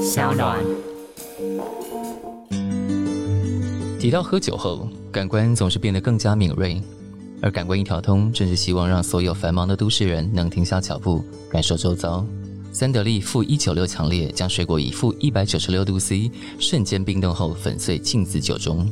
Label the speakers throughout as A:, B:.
A: 小暖。
B: 提到喝酒后，感官总是变得更加敏锐，而感官一条通正是希望让所有繁忙的都市人能停下脚步，感受周遭。三得利负一九六强烈将水果以负一百九十六度 C 瞬间冰冻后粉碎浸渍酒中，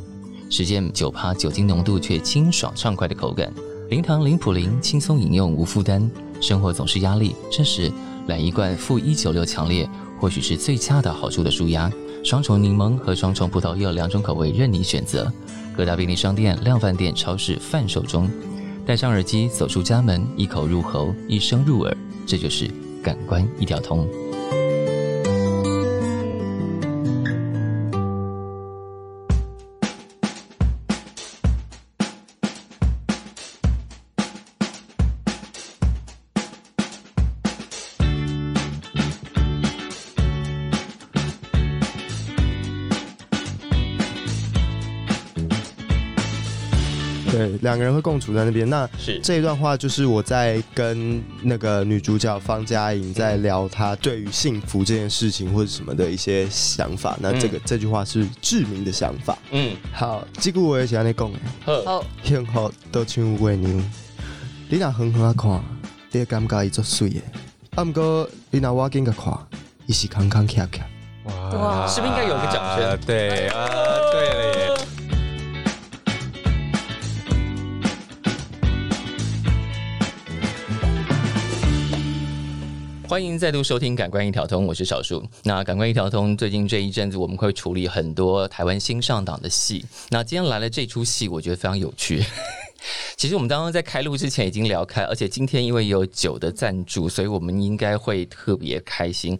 B: 实践酒趴酒精浓度却清爽畅快的口感。零糖零普林，轻松饮用无负担。生活总是压力，这时来一罐负一九六强烈，或许是最恰到好处的舒压。双重柠檬和双重葡萄柚两种口味任你选择，各大便利商店、量贩店、超市贩售中。戴上耳机，走出家门，一口入喉，一声入耳，这就是感官一条通。
C: 对，两个人会共处在那边。那
B: 是
C: 这一段话就是我在跟那个女主角方嘉莹在聊她对于幸福这件事情或者什么的一些想法。那这个、这句话是志明的想法。
B: 嗯，
C: 好，这个我也是安尼讲的，
B: 呵，
D: 哦，
C: 幸福都像月娘，你若远远啊看，你会感觉伊足水的。啊，不过你若我紧甲看，伊是空空翘翘。
D: 哇
B: 是不是应该有个掌声
E: 啊对啊，对了耶。
B: 欢迎再度收听《感官一条通》，我是小树。那《感官一条通》最近这一阵子，我们会处理很多台湾新上档的戏。那今天来了这出戏，我觉得非常有趣。 其实我们刚刚在开录之前已经聊开，而且今天因为有酒的赞助，所以我们应该会特别开心。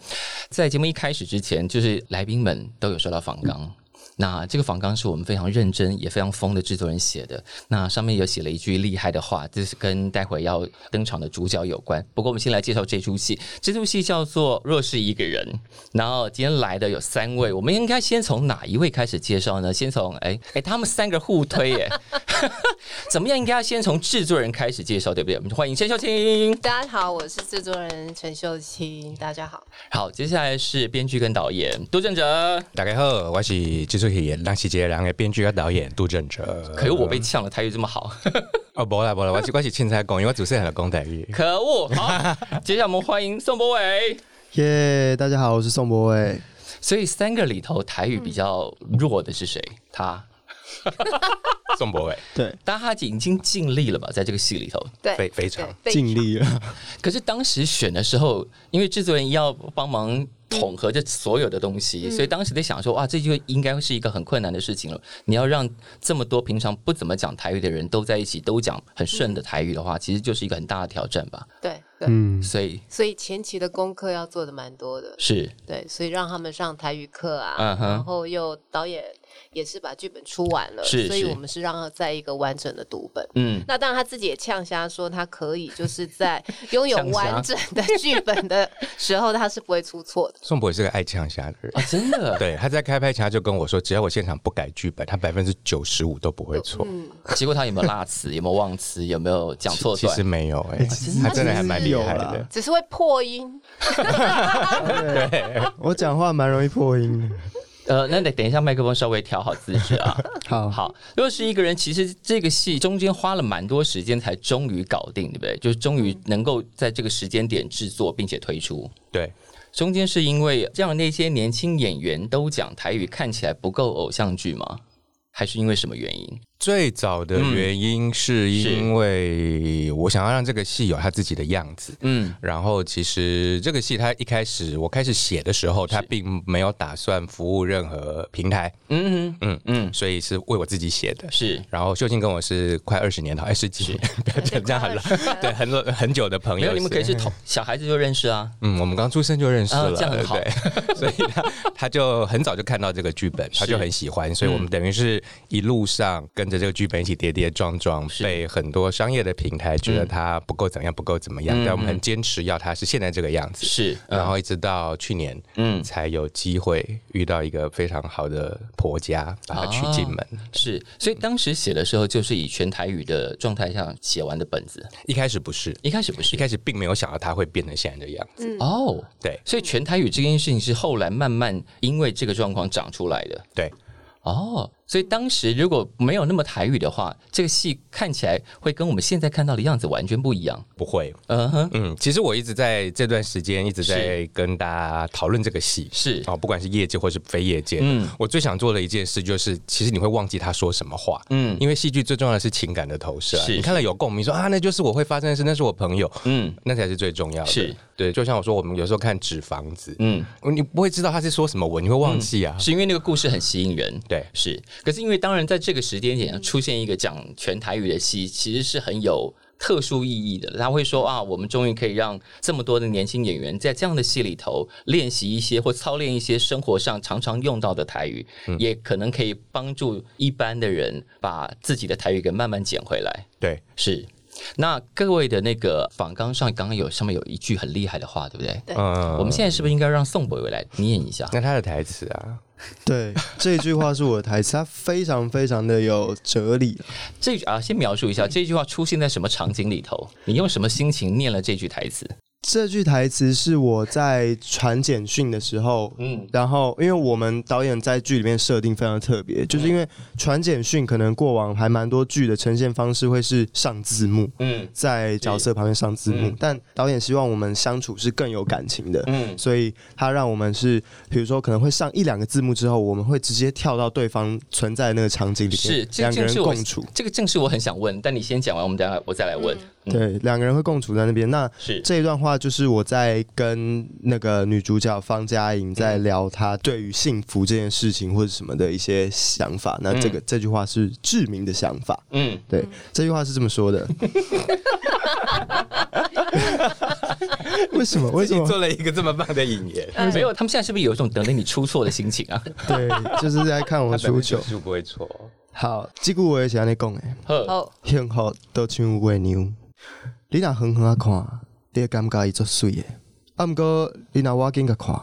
B: 在节目一开始之前，就是来宾们都有收到访纲。那这个访纲是我们非常认真也非常疯的制作人写的，那上面有写了一句厉害的话，就是跟待会要登场的主角有关。不过我们先来介绍这出戏，这出戏叫做《若是一个人》。然后今天来的有三位，我们应该先从哪一位开始介绍呢？先从哎哎，他们三个互推耶， 怎么样？应该要先从制作人开始介绍，对不对？我们欢迎谢秀清。
D: 大家好，我是制作人陈秀清，大家好。
B: 好，接下来是编剧跟导演杜正哲。
E: 大家好，我是技术演员浪西杰，然后编剧和导演杜正哲。
B: 可是我被呛了，台语这么好，
E: 哦，不啦不啦，我是我是钦差讲，因为我主持人的讲台语。
B: 可恶！好，接下来我们欢迎宋博伟。
C: 耶、大家好，我是宋博伟。
B: 所以三个里头，台语比较弱的是谁？他，
E: 宋博伟
C: 对，
B: 但他已经尽力了吧，在这个戏里头。
D: 对，
E: 非非常
D: 对
C: 尽。力了。
B: 可是当时选的时候，因为制作人要帮忙统合这所有的东西，所以当时在想说，哇，这就应该是一个很困难的事情了。你要让这么多平常不怎么讲台语的人都在一起，都讲很顺的台语的话，其实就是一个很大的挑战吧。
D: 对对，
C: 嗯，
B: 所以
D: 所以前期的功课要做的蛮多的。
B: 是
D: 对，所以让他们上台语课啊
B: 嗯哼
D: 然后又导演也是把剧本出完了，
B: 是
D: 所以
B: 是
D: 我们是让他在一个完整的读本。
B: 嗯，
D: 那当然他自己也呛瞎说，他可以就是在拥 有
B: 呛瞎
D: 完整的剧本的时候，他是不会出错的。
E: 宋博伟是个爱呛虾的人。
B: 啊，真的，
E: 对，他在开拍前他就跟我说，只要我现场不改剧本，他百分之九十五都不会错。
D: 嗯
B: 结果他有没有落词？有没有忘词？有没有讲错
E: 其
B: 段
E: 实？没有哎、
C: 实
E: 他真的还蛮厉
C: 有
E: 害的
C: 啦。
D: 只是会破音，
C: 我讲话蛮容易破音的。
B: 呃，那得等一下麦克风稍微调好姿势啊。
C: 好
B: 好，若是一个人，其实这个戏中间花了蛮多时间才终于搞定，对不对？就是终
E: 嗯
B: 于能够在这个时间点制作并且推出。
E: 对，
B: 中间是因为让那些年轻演员都讲台语看起来不够偶像剧吗？还是因为什么原因？
E: 最早的原因是因为我想要让这个戏有他自己的样子。
B: 嗯，
E: 然后其实这个戏它一开始我开始写的时候，它并没有打算服务任何平台，
B: 嗯
E: 嗯
B: 嗯
E: 嗯，所以是为我自己写的。
B: 是
E: 然后秀清跟我是快二十年的，哎十几年，不要讲这样好了
D: 快20年了，
E: 对，很多很久的朋
B: 没
E: 友，
B: 有，你们可以是同小孩子就认识啊。
E: 嗯，我们刚出生就认识了，
B: 啊这样很好
E: 对，所以
B: 嗯
E: 他他就很早就看到这个剧本，他就很喜欢，所以我们等于是一路上跟着这个剧本一起跌跌撞撞，
B: 是
E: 被很多商业的平台觉得
B: 嗯
E: 它不够怎么样，不够怎么样，但我们很坚持要它是现在这个样子。
B: 是，
E: 然后一直到去年，
B: 嗯
E: 嗯，才有机会遇到一个非常好的婆家，把她娶进门。
B: 是，所以当时写的时候就是以全台语的状态下写完的本子，
E: 一开始不是，
B: 一开始不是
E: 一开始并没有想到它会变成现在这个样子。
B: 哦，
E: 对
B: 所以全台语这件事情是后来慢慢因为这个状况长出来的
E: 对，
B: 哦，所以当时如果没有那么台语的话，这个戏看起来会跟我们现在看到的样子完全不一样。
E: 不会。
B: 嗯哼，
E: 嗯，其实我一直在这段时间一直在
B: 是
E: 跟大家讨论这个戏，
B: 是
E: 啊、不管是业界或是非业界，
B: 嗯
E: 嗯，我最想做的一件事就是，其实你会忘记他说什么话，
B: 嗯
E: 嗯，因为戏剧最重要的是情感的投射啊、
B: 是
E: 你看了有共鸣，说啊，那就是我会发生的事，那是我朋友，
B: 嗯
E: 那才是最重要的。
B: 是
E: 对，就像我说，我们有时候看《纸房子》，
B: 嗯，
E: 你不会知道他是说什么文，你会忘记啊。
B: 是因为那个故事很吸引人。
E: 对，
B: 是，可是因为当然在这个时间点啊出现一个讲全台语的戏，其实是很有特殊意义的。他会说啊，我们终于可以让这么多的年轻演员在这样的戏里头练习一些或操练一些生活上常常用到的台语，也可能可以帮助一般的人把自己的台语给慢慢捡回来。
E: 对，
B: 是。那各位的那个访纲上刚刚有上面有一句很厉害的话，对不对？
D: 对
E: 嗯
B: 我们现在是不是应该让宋博伟来念一下？
E: 那他的台词啊，
C: 对，这句话是我的台词，它非常非常的有哲理。
B: 这句啊，先描述一
E: 嗯
B: 下这句话出现在什么场景里头？你用什么心情念了这句台词？
C: 这句台词是我在传简讯的时候，
B: 嗯
C: 嗯，然后因为我们导演在剧里面设定非常特别，就是因为传简讯可能过往还蛮多剧的呈现方式会是上字幕，
B: 嗯
C: 在角色旁边上字幕
B: 嗯，
C: 但导演希望我们相处是更有感情的，
B: 嗯
C: 所以他让我们是，比如说可能会上一两个字幕之后，我们会直接跳到对方存在的那个场景里
B: 是
C: 面，
B: 这
C: 两个
B: 正是
C: 人
B: 我
C: 共处，
B: 这个正是我很想问，但你先讲完，我们等下我再来问。嗯
C: 对，两个人会共处在那边。那
B: 是
C: 这一段话就是我在跟那个女主角方嘉莹在聊她对于幸福这件事情或者什么的一些想法。那这个、这句话是志明的想法，
B: 嗯，
C: 对，这句话是这么说的。为什么？为什
E: 你
C: 么？
E: 做了一个这么棒的引言，
D: 呃
B: 没有，他们现在是不是有一种等着你出错的心情啊？
C: 对，就是在看我
E: 他
C: 输球。
E: 就不会错。
C: 好，这句我也是安尼讲诶，
B: 呵，
D: 哦，
C: 幸福都像月娘。你若远远啊看，你会感觉伊足水诶。啊，毋过你若我紧甲看，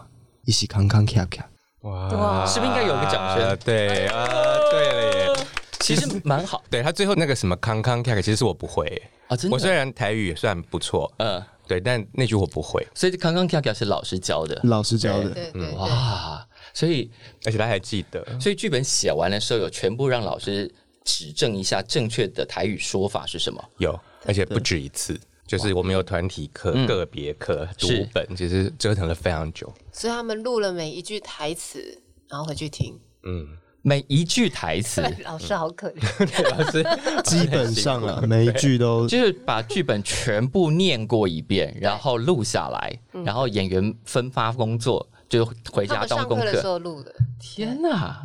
C: 伊是空空翘翘。
E: 哇
B: 是不是应该有一个掌声
E: 啊对啊，对了 耶。
B: 其实蛮好
E: 对他最后那个什么康康 k 其实我不会耶。
B: 啊，真
E: 我虽
B: 的。
E: 然台语也算不错，
B: 嗯，
E: 对，但那句我不会，
B: 所以刚刚跳跳是老师教的
C: 老师教的，
D: 对对对，
B: 嗯哇，所以
E: 而且他还记得。
B: 所以剧本写完的时候，有全部让老师指正一下正确的台语说法是什么？
E: 有，而且不止一次。就是我们有团体课、个别课、读
B: 嗯是
E: 本，其实折腾了非常久。
D: 所以他们录了每一句台词，然后回去听。
E: 嗯，
B: 每一句台词，
D: 老师好可怜，
E: 老师，
C: 基本上啊，每一句都
B: 就是把剧本全部念过一遍，然后录下来，
D: 嗯
B: 然后演员分发工作，就回
D: 他
B: 家
D: 们
B: 当
D: 上
B: 功
D: 课的时
B: 课。
D: 候录的。
B: 天哪！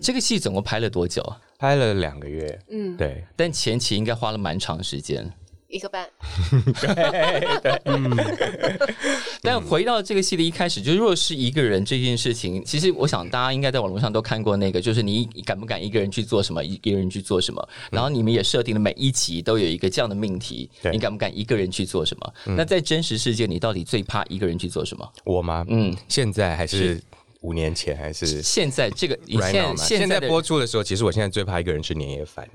B: 这个戏总共拍了多久啊？
E: 拍了两个月，
D: 嗯，
E: 对，
B: 但前期应该花了蛮长时间。
D: 一个半，
B: 但回到这个戏的一开始，就若是一个人这件事情，其实我想大家应该在网络上都看过那个，就是你敢不敢一个人去做什么，一一个人去做什么。然后你们也设定了每一集都有一个这样的命题，
E: 对
B: 你敢不敢一个人去做什么？那在真实世界，你到底最怕一个人去做什么？
E: 我吗？
B: 嗯
E: 嗯，现在还是五年前，还是
B: 现在这个，你
E: right
B: 现
E: now
B: 在
E: 吗？现在
B: 的
E: 播出的时候，其实我现在最怕一个人吃年夜饭，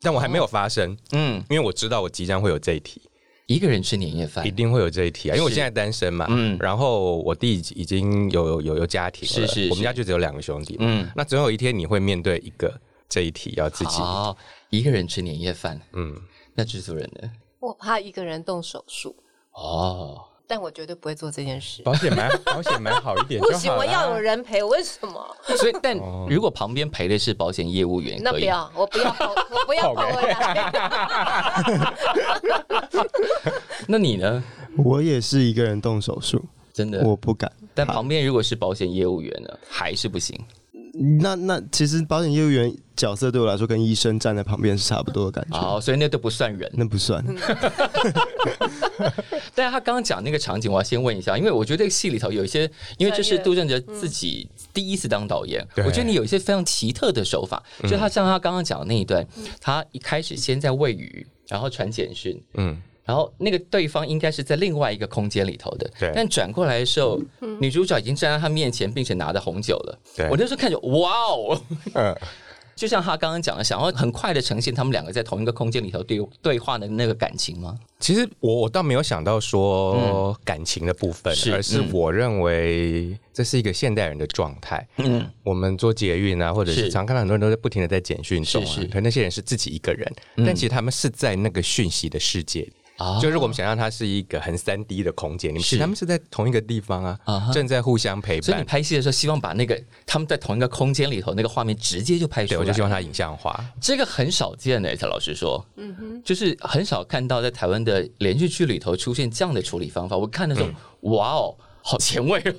E: 但我还没有发生，
B: 嗯，
E: 因为我知道我即将会有这一题。
B: 一个人吃年夜饭
E: 一，定会有这一题啊，因为我
B: 哎是
E: 现在单身嘛，
B: 嗯
E: 嗯，然后我弟已经有有有家庭了，
B: 是是
E: 我们
B: 是
E: 家就只有两个兄弟，
B: 嗯
E: 嗯，那总有一天你会面对一个这一题要自己，
B: 好，一个人吃年夜饭，
E: 嗯，
B: 那制作人呢？
D: 我怕一个人动手术，
B: 哦，
D: 但我绝对不会做这件事。
E: 保险蛮保险蛮好一点
D: 不
E: 就
D: 行，
E: 好
D: 我
E: 啦
D: 要有人陪，为什么？
B: 所以但
E: 哦
B: 如果旁边陪的是保险业务员，哎
D: 那
B: 可
D: 不
B: 以
D: 要，我不要抱，我不要抱我来。
B: 那你呢？
C: 我也是一个人动手术，
B: 真的，
C: 我不敢。
B: 但旁边如果是保险业务员呢，还是不行。
C: 那那其实保险业务员角色对我来说跟医生站在旁边是差不多的感觉，
B: 好，所以那都不算人。
C: 那不算。
D: 嗯
B: 但是他刚刚讲那个场景，我要先问一下，因为我觉得这个戏里头有一些，因为这是
D: 专业嗯
B: 杜振哲自己第一次当导演，
E: 对
B: 我觉得你有一些非常奇特的手法。
D: 嗯
B: 就他像他刚刚讲的那一段，他一开始先在喂鱼，然后传简讯，
E: 嗯，
B: 然后那个对方应该是在另外一个空间里头的，
E: 对
B: 但转过来的时候，
D: 嗯
B: 女主角已经站在他面前，并且拿着红酒了。
E: 对
B: 我那时候看着，哇哦！
E: 嗯，
B: 就像他刚刚讲的，想要很快的呈现他们两个在同一个空间里头对对话的那个感情吗？
E: 其实我我倒没有想到说感情的部分，
B: 嗯是
E: 而是
B: 嗯
E: 我认为这是一个现代人的状态。
B: 嗯，
E: 我们做捷运啊，或者
B: 是
E: 是常看到很多人都在不停的在简讯中啊，
B: 是是嗯
E: 可能那些人是自己一个人，但其实他们是在那个讯息的世界里。
B: 啊
E: 就如果我们想象它是一个很三 D 的空间，你们其
B: 是
E: 实他们是在同一个地方啊，
B: 啊哈
E: 正在互相陪
B: 所以你
E: 伴。
B: 拍戏的时候，希望把那个他们在同一个空间里头那个画面直接就拍出
E: 对，
B: 来。
E: 我就希望它影像化。
B: 这个很少见的，才老实说，嗯哼，就是很少看到在台湾的连续剧里头出现这样的处理方法。我看的时候，哇哦，好前卫哦！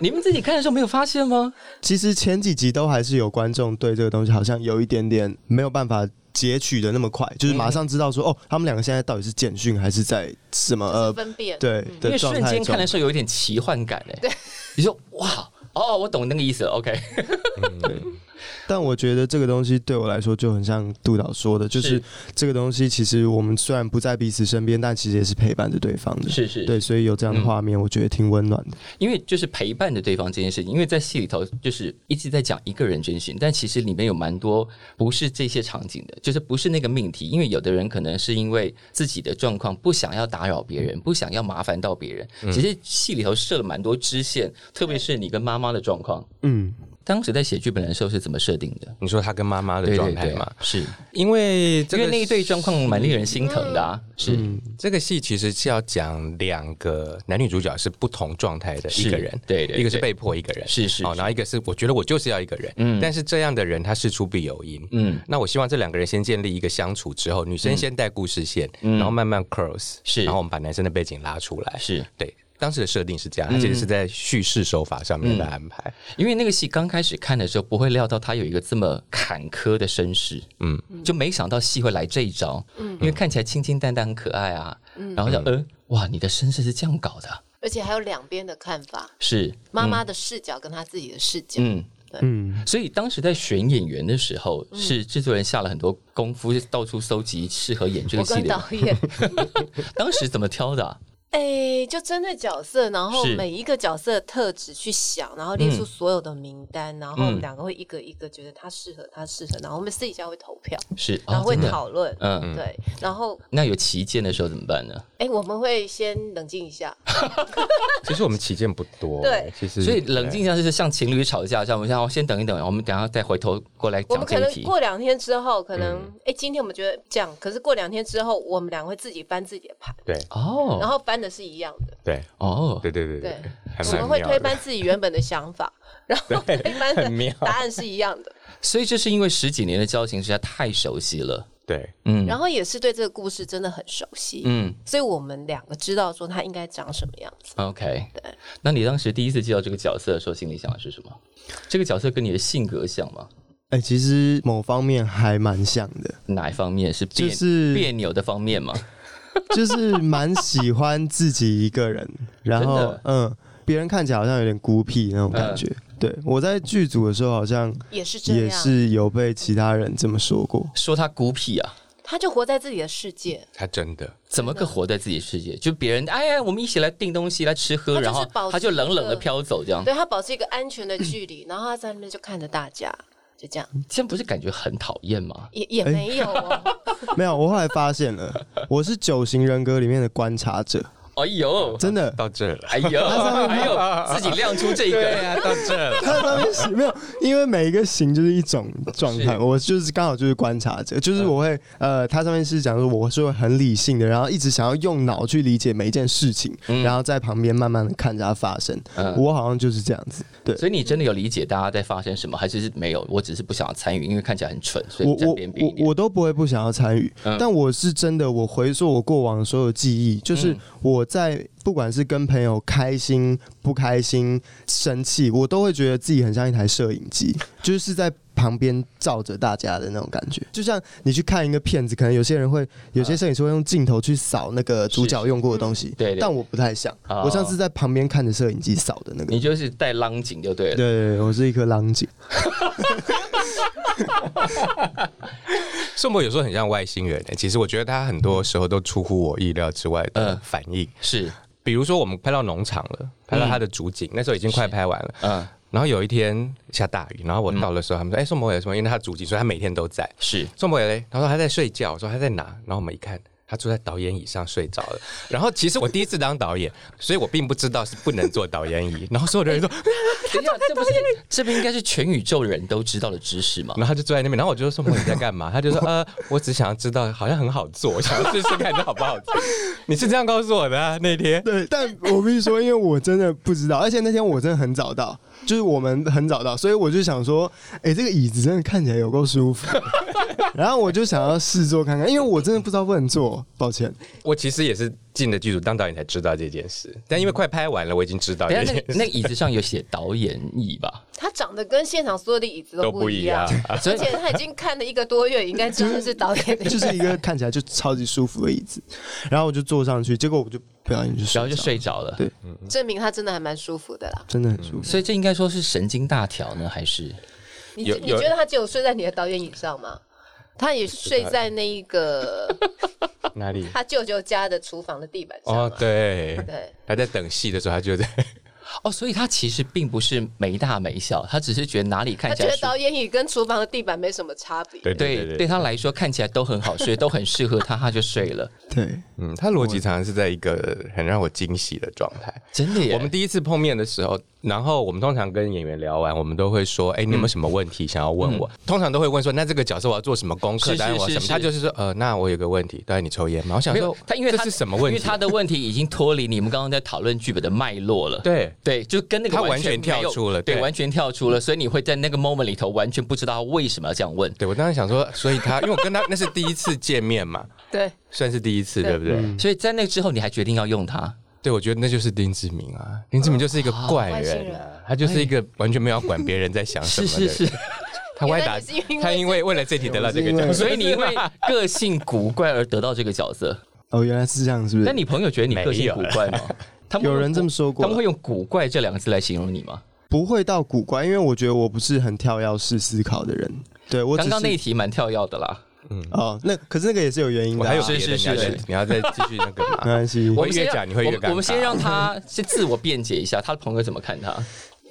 B: 你们自己看的时候没有发现吗？
C: 其实前几集都还是有观众对这个东西好像有一点点没有办法截取的那么快，就是马上知道说、哦，他们两个现在到底是简讯还是在什么
D: 就是
C: 呃
D: 分辨。
C: 对
D: 嗯
B: 因
C: 的
B: 为
C: 状
B: 瞬
C: 态
B: 间
C: 中
B: 看的。时候有一点奇幻感哎，对，你说哇哦，我懂那个意思了，OK，
C: 但我觉得这个东西对我来说就很像杜导说的，就是
B: 是
C: 这个东西其实我们虽然不在彼此身边，但其实也是陪伴着对方的。
B: 是嗯是
C: 对，所以有这样的画面，我觉得挺温暖的。
B: 因为就是陪伴着对方这件事情，因为在戏里头就是一直在讲一个人真心，但其实里面有蛮多不是这些场景的，就是不是那个命题。因为有的人可能是因为自己的状况不想要打扰别人，不想要麻烦到别人。
E: 嗯
B: 其实戏里头设了蛮多支线，特别是你跟妈妈的状况，
C: 嗯，
B: 当时在写剧本的时候是怎么设定的？
E: 你说他跟妈妈的
B: 对
E: 状
B: 对
E: 态
B: 对
E: 嘛？，
B: 是
E: 因为这
B: 因
E: 个
B: 为那一对状况蛮令人心疼的啊，是
E: 这个戏其实是要讲两个男女主角是不同状态的
B: 是
E: 一个人，
B: 对对对
E: 一个是被迫一个人，
B: 是是
E: 哦，
B: 是
E: 然后一个是我觉得我就是要一个人，
B: 嗯
E: 但是这样的人他事出必有因，
B: 嗯
E: 那我希望这两个人先建立一个相处之后，女生先带故事线，然后慢慢
B: 嗯
E: cross，
B: 是
E: 然后我们把男生的背景拉出来，
B: 是。嗯
E: 对，当时的设定是这样，它其实是在叙事手法上面的安排，
B: 因为那个戏刚开始看的时候，不会料到他有一个这么坎坷的身世，嗯，就没想到戏会来这一招，嗯，因为看起来清清淡淡、很可爱啊，然后想，嗯、哇，你的身世是这样搞的啊，
D: 而且还有两边的看法，
B: 是，
D: 妈妈的视角跟她自己的视角。
B: 嗯。嗯，所以当时在选演员的时候，
D: 嗯
B: 是制作人下了很多功夫，就到处搜集适合演这个
D: 我
B: 戏
D: 跟
B: 的人。
D: 导演，
B: 当时怎么挑的啊、
D: 哎、就针对角色，然后
B: 是嗯
D: 每一个角色的特质去想，然后列出所有的名单，然后我们两个会一个一个觉得他适合，他适合，然后我们私底下会投票，
B: 是，
D: 然
B: 哦
D: 后会
B: 真的
D: 讨论，
B: 嗯，
D: 对，然后
B: 那有旗舰的时候怎么办呢？
D: 哎、我们会先冷静 一下，
E: 其实我们旗舰不多，
D: 对
E: 其实
B: 所以冷静一
E: 对
B: 下，就是像情侣吵架一样，我们想哦先等一等，我们等一下再回头过来
D: 我
B: 讲
D: 们可
B: 这一
D: 能
B: 题。嗯
D: 过两天之后，可能哎、今天我们觉得这样，可是过两天之后，我们俩会自己翻自己的盘，
E: 对
B: 哦，
D: 然后翻的是一样的，
E: 对
B: 哦，
E: 对对对
D: 对，
E: 还
D: 我
E: 蛮
D: 们会
E: 妙
D: 推
E: 的
D: 翻自己原本的想法， 然后推翻
E: 很
D: 的
E: 妙
D: 答案是一样的。
B: 所以这是因为十几年的交情实在太熟悉了。
E: 对。
B: 嗯
D: 然后也是对这个故事真的很熟悉，
B: 嗯
D: 所以我们两个知道说他应该长什么样子。
B: ，OK。
D: 对，
B: 那你当时第一次接到这个角色的时候，心里想的是什么？这个角色跟你的性格像吗？
C: 哎、其实某方面还蛮像的，
B: 哪一方面是别、
C: 就是
B: 别扭的方面吗？
C: 就是蛮喜欢自己一个人，然
B: 真
C: 后
B: 的嗯
C: 嗯，别人看起来好像有点孤僻那种感觉。对我在剧组的时候，好像
D: 也是这样，
C: 也是有被其他人这么说过。
B: 说他孤僻啊，
D: 他就活在自己的世界，
E: 他真的，
B: 怎么个活在自己世界？就别人哎呀，我们一起来订东西来吃喝，
D: 他就是
B: 然后
D: 保持
B: 他就冷冷
D: 一
B: 的
D: 个
B: 飘走，
C: 嗯
B: 这样
D: 对他保持一个安全的 距离，然后他在那边就看着大家，就
C: 嗯
D: 这样，
B: 这样不是感觉很讨厌吗？
D: 也也没有 哦。
C: 没有，我后来发现了，我是九型人格里面的观察者，
B: 哎呦，
C: 真的。
E: 到这了，
B: 哎呦，哎呦，自己亮出这个，
E: 啊，到这了。
C: 他上面写没有，因为每一个型就是一种状态，
B: 是嗯
C: 我就是刚好就是观察者，就是我会呃，它上面是讲说我是会很理性的，然后一直想要用脑去理解每一件事情，然后在旁边慢慢的看着它发生。
B: 嗯
C: 我好像就是这样子，对。
B: 所以你真的有理解大家在发生什么，还是是没有？我只是不想要参与，因为看起来很蠢，所以
C: 我
B: 站
C: 我
B: 边边一
C: 我
B: 点。
C: 我都不会不想要参与，
B: 嗯
C: 但我是真的，我回溯我过往所有记忆，就是
B: 嗯
C: 我在不管是跟朋友开心、不开心、生气，我都会觉得自己很像一台摄影机，就是在旁边照着大家的那种感觉，就像你去看一个片子，可能有些人会，有
B: 啊
C: 些摄影师会用镜头去扫那个主角用过的东西，
B: 嗯对对
C: 但我不太像，
B: 哦
C: 我上次在旁边看着摄影机扫的那个
B: 你，就是带浪景就对了。
C: 对对对，我是一颗狼藉，
E: 宋博有时候很像外星人、欸，其实我觉得他很多时候都出乎我意料之外的
B: 嗯
E: 反应。
B: 是，
E: 比如说，我们拍到农场了，拍到他的主景，那时候已经快拍完了。
B: 嗯，
E: 然后有一天下大雨，然后我到的时候，他们说：“哎、宋博伟什么？因为他主景，所以他每天都在。
B: 是，
E: 宋博伟嘞，他说他在睡觉，我说他在哪？然后我们一看，他坐在导演椅上睡着了。然后其实我第一次当导演，所以我并不知道是不能坐导演椅。然后所有的人说，
B: 等一下，这不是 这不应该是全宇宙人都知道的知识 吗？
E: 然后他就坐在那边，然后我就说：宋博伟你在干嘛？他就说：呃， 我只想要知道，好像很好做，我 想要试试看这好不 好做。你是这样告诉我的、啊、那天。
C: 对，但我必须说，因为我真的不知道，而且那天我真的很早到，就是我们很早到，所以我就想说，哎、这个椅子真的看起来有够舒服， 然后我就想要试坐看看，因为我真的不知道不能坐，抱歉。
E: 我其实也是进了剧组当导演才知道这件事，但因为快拍完了，我已经知道
B: 等
E: 这
B: 一下，
E: 件
B: 那
E: 事
B: 个那个椅子上有写导演椅 吧？
D: 他长得跟现场所有的椅子
E: 都
D: 都
E: 不
D: 不
E: 一
D: 一
E: 样
D: 样，
B: 所
D: 而
B: 以
D: 且他已经看了一个多月，应该真的是导演的椅
C: 就
D: 子。
C: 是一个看起来就超级舒服的椅子，然后我就坐上去，结果我就不小心就
B: 然
C: 睡
B: 后就
C: 着，
B: 睡着了。
C: 对
D: 证明他真的还蛮舒服的啦。
C: 真的很舒服。
B: 所以这应该说是神经大条呢，还是
D: 你
E: 有
D: 你
E: 有
D: 觉得他只有睡在你的导演椅上吗？他也睡在那一个
E: 哪 里？
D: 他舅舅家的厨房的地板上吗。
E: 哦，对，
D: 对，
E: 他在等戏的时候，他就在
B: 哦？所以他其实并不是没大没小，他只是觉得哪里看
D: 他
B: 起
D: 觉
B: 来
D: 得
B: 舒
D: 导演椅跟厨房的地板没什么差别。
E: 对
B: 对，对他来说看起来都很好睡，都很适合他，他就睡了。
C: 对，
E: 嗯，他逻辑常常是在一个很让我惊喜的状态。
B: 真的耶！
E: 我们第一次碰面的时候，然后我们通常跟演员聊完，我们都会说：“哎、你有没有什么问题想要问我？”通常都会问说：“那这个角色我要做什么功
B: 嗯是
E: 课？
B: 是
E: 答案我要什
B: 是
E: 么？”
B: 是
E: 他就是说：“呃，那我有个问题，导演你抽烟吗？”我想
B: 没
E: 说
B: 有，他，因为
E: 这
B: 他
E: 是什么问
B: 因
E: 题？
B: 为他的问题已经脱离你们刚刚在讨论剧本的脉络了。
E: 对
B: 对，就跟那个
E: 他
B: 完
E: 完全
B: 没有
E: 跳出了
B: 对，
E: 对
B: 完全跳出了，所以你会在那个 moment 里头完全不知道他为什么要这样问。
E: 对，我当时想说，所以他因为我跟他那是第一次见面嘛，
D: 对，
E: 算是第一次，
D: 对
E: 对不对？
B: 所以在那之后，你还决定要用它。
E: 对，我觉得那就是丁志明啊，丁志明就是一个怪
D: 外星
E: 人
D: 人
E: 啊，他就是一个完全没有要管别人在想什
B: 是
E: 么的
B: 哎是
E: 人。
B: 是，
E: 他歪打
D: 原来你是因为，
E: 他因为为了这题得到这
C: 我
E: 个
C: 是因
E: 奖
C: 为，
B: 所以你因为个性古怪而得到这个角 色。
C: 哦，原来是这样，是不
B: 但
C: 是？
B: 你朋友觉得你个
E: 没
B: 性
E: 有
B: 古怪吗？他们
C: 有
B: 会
C: 人这么说
B: 他们
C: 过
B: 会，用“古怪”这两个字来形容你吗？
C: 不会到古怪，因为我觉得我不是很跳跃式思考的人。对我只
B: 刚
C: 是
B: 刚那一题蛮跳跃的啦。
C: 哦，那可是那个也是有原因
E: 我
C: 的啊，
E: 还有
B: 是
E: 别的，
B: 是
E: 你要
B: 是
E: 再你要再继续那个嘛
C: 没关系。
E: 我
B: 我
E: 会
B: 们
E: 越
B: 先
E: 讲
B: 让
E: 你会越
B: 我们我们
E: 尴
B: 先
E: 尬
B: 让他先自我辩解一下，他的朋友怎么看他？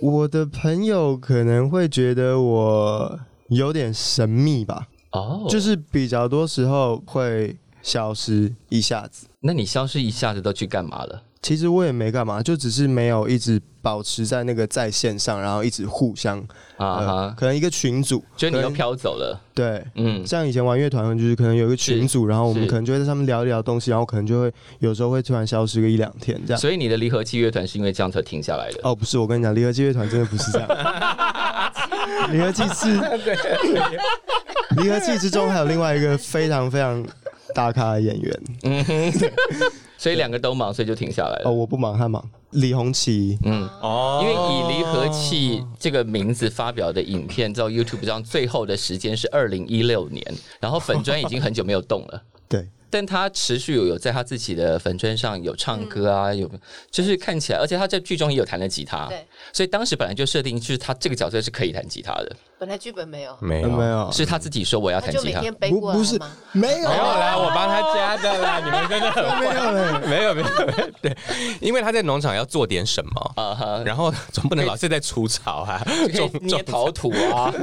C: 我的朋友可能会觉得我有点神秘吧，
B: 哦，
C: 就是比较多时候会消失一下子。
B: 那你消失一下子都去干嘛了？
C: 其实我也没干嘛，就只是没有一直保持在那个在线上，然后一直互相
B: 啊
D: 嗯
C: 呃
B: 哈，
C: 可能一个群组，
B: 就你
C: 可
B: 又
C: 能
B: 飘走了，
C: 对。
B: 嗯，
C: 像以前玩乐团，就是可能有一个群组，然后我们
B: 是
C: 可能就会在上面聊一聊东西，然后可能就会有时候会突然消失个一两天这样。
B: 所以你的离合器乐团是因为这样才停下来的。
C: 哦，不是，我跟你讲，离合器乐团真的不是这样。离合器是，离合器之中还有另外一个非常非常大咖的演员
B: 所以两个都忙，所以就停下来了。
C: 哦，我不忙，他忙。李红旗，
B: 嗯，
E: 哦
B: 因为以离合器这个名字发表的影片，在 YouTube 上最后的时间是二零一六年，然后粉砖已经很久没有动 了。
C: 对，
B: 但他持续有有在他自己的粉砖上有唱
D: 嗯
B: 歌啊，有就是看起来，而且他在剧中也有弹了吉他，
D: 对，
B: 所以当时本来就设定就是他这个角色是可以弹吉他的，
D: 本来剧本没有，
E: 没
C: 没
E: 有没有
C: 有，
B: 是他自己说我要
D: 哦他
B: 弹
D: 就
B: 吉
D: 每
B: 嗯他，
D: 天背
C: 不
D: 过来
C: 不是
D: 吗？
C: 没有
E: 啦，我帮他加的啦，你们真的很
C: 没有嘞，
E: 没有没有没有对，因为他在农场要做点什么，
B: 啊哈，
E: 然后总不能老是在除草啊，
B: 可以捏陶土啊，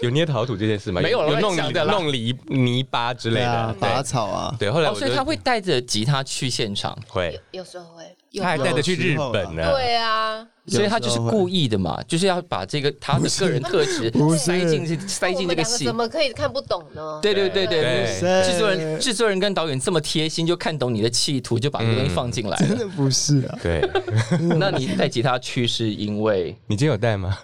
E: 有捏陶土这件事吗？
B: 没有
E: 有
B: 乱
E: 弄
B: 想
E: 泥
B: 的啦
E: 弄泥泥巴之类
C: 对
E: 的
C: 啊，，拔
E: 对
C: 草啊，
E: 对。后来
B: 哦，
E: 我
B: 所以他
E: 就
B: 会带着吉他去现场，
E: 会，
D: 有时候会，有
E: 他还带着去日本呢。
D: 对啊，
B: 所以他就是故意的嘛，就是要把这个他的个人特质
C: 不是
B: 塞进去，塞进这个
D: 那我们两
B: 戏
D: 怎。么可以看不懂呢？
B: 对对对对，
E: 对
B: 制作人制作人跟导演这么贴心，就看懂你的企图，就把这个东西放进来
C: 真
B: 了。
C: 的不是啊，
E: 对，
B: 那你带吉他去是因为
E: 你今天有带吗？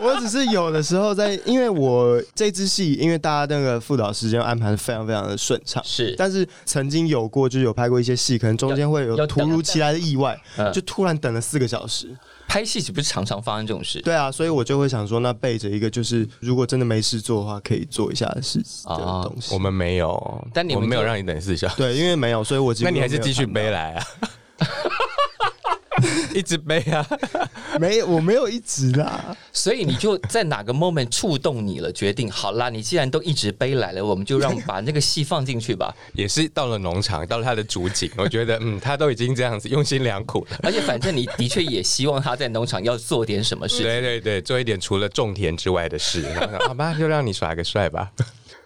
C: 我只是有的时候在，因为我这支戏，因为大家那个副导时间安排的非常非常的顺畅，
B: 是
C: 但是曾经有过，就是有拍过一些戏，可能中间会有
B: 要
C: 突如其来的意外
B: 嗯，
C: 就突然等了四个小时。
B: 拍戏岂不是常常发生这种事？
C: 对啊，所以我就会想说，那备着一个就是，如果真的没事做的话，可以做一下的事的
B: 啊
C: 东西。
E: 我们没有，
B: 但你们
E: 我没有
B: 就
E: 让你等四小时，
C: 对，因为没有，所以我几乎
E: 那你还
C: 都没
E: 是
C: 有
E: 继续
C: 看到
E: 背来 啊，一直背啊，
C: 没有，我没有一直啦。
B: 所以你就在哪个 moment 触动你了，决定好啦，你既然都一直背来了，我们就让把那个戏放进去吧。
E: 也是到了农场，到了他的主景，我觉得嗯，他都已经这样子用心良苦了。
B: 而且反正你的确也希望他在农场要做点什么事。
E: 对对对，做一点除了种田之外的事。 然后想好吧，就让你耍个帅吧。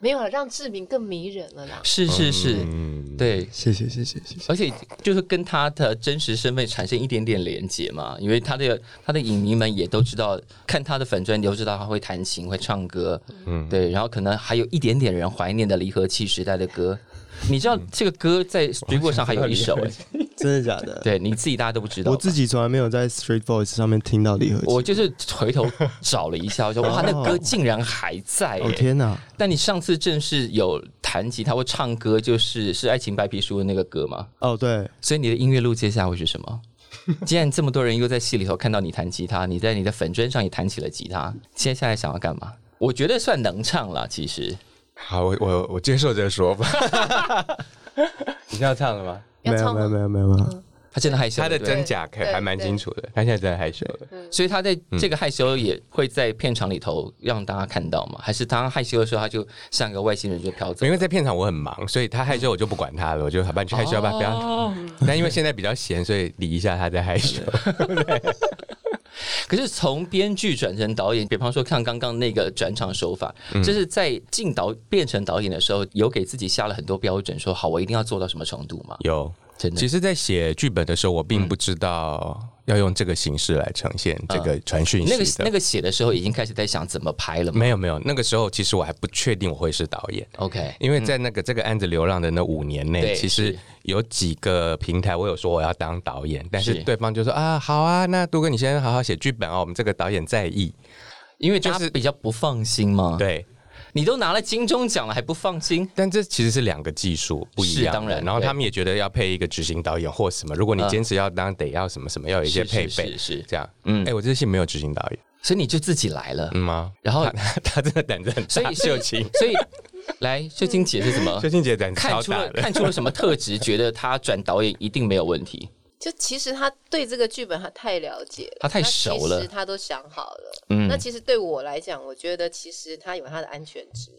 D: 没有了，让志明更迷人了啦。
B: 是是是，
E: 嗯，
B: 对。
C: 谢谢，谢谢，谢谢。
B: 而且就是跟他的真实身份产生一点点连结嘛，因为他的他的影迷们也都知道，看他的粉钻都知道他会弹琴、会唱歌，嗯，对，然后可能还有一点点人怀念的离合器时代的歌，你知
C: 嗯
B: 道这个歌在 Street Boy 上还有一首、哎，
C: 真的假的？
B: 对你自己大家都不知道吧，
C: 我自己从来没有在 Street Voice 上面听到离合器。
B: 我就是回头找了一下，我说哇，那歌竟然还在、
C: 哦
B: 欸。
C: 天哪！
B: 但你上次正是有弹吉他或唱歌，就是是《爱情白皮书》的那个歌吗？
C: 哦对，
B: 所以你的音乐路接下来会是什 么？既然这么多人又在戏里头看到你弹吉他，你在你的粉砖上也弹起了吉他，接下来想要干嘛？我觉得算能唱了，其实
E: 好，我我我接受这个说法。 你要唱了吗？
D: 要
C: 没有
D: 唱
C: 没有
D: 吗
C: 没有没有没有，
B: 他真的害羞，
E: 他的
B: 对不对
E: 真假可
D: 对
E: 还蛮
D: 对
E: 清楚的，他现在真的害羞了。
D: 嗯
B: 所以他在这个害羞也会在片场里头让大家看到吗？还是当他害羞的时候，他就像个外星人就飘走
E: 因？为在片场我很忙，所以他害羞我就不管他了，我就好吧，你去害羞吧，不
B: 哦
E: 要。但因为现在比较闲，所以理一下他在害羞。
B: 可是从编剧转成导演，比方说看刚刚那个转场手法，
E: 嗯
B: 就是在进导变成导演的时候，有给自己下了很多标准，说好我一定要做到什么程度嘛？
E: 有，
B: 真的嗯
E: 其实，在写剧本的时候，我并不知道要用这个形式来呈现这个传讯息
B: 那
E: 的。
B: 个那个写的时候已经开始在想怎么拍了嘛
E: 没有没有，那个时候其实我还不确定我会是导演。
B: ？OK，
E: 因为在那个这个案子流浪的那五年内，
B: 对
E: 其实
B: 是
E: 有几个平台我有说我要当导演，但是
B: 是
E: 对方就说啊，好啊，那杜哥你先好好写剧本哦，我们这个导演在意。
B: 因为大
E: 就
B: 家
E: 是
B: 比较不放心嘛。，
E: 对，
B: 你都拿了金钟奖了还不放心？
E: 但这其实是两个技术不一
B: 是
E: 样的
B: 当然
E: 然后
B: 对嗯
E: 他们也觉得要配一个执行导演或什么。如果你坚持要当，得要什么什么，要有一些配备，
B: 是是是是
E: 这样。嗯，
B: 嗯
E: 哎、我这戏没有执行导演，
B: 所以你就自己来了，
E: 嗯吗？
B: 然 后
E: 他他真的胆子很大，
B: 所以
E: 秀琴，
B: 所以来秀清姐是怎么
E: 秀？琴姐胆子
B: 看
E: 超
B: 出
E: 大
B: 了
E: 的，
B: 看出了什么特质？觉得他转导演一定没有问题。
D: 就其实他对这个剧本他太了解了，
B: 他太
D: 那其
B: 熟了
D: 实他都想好了。
B: 嗯
D: 那其实对我来讲，我觉得其实他有他的安全值。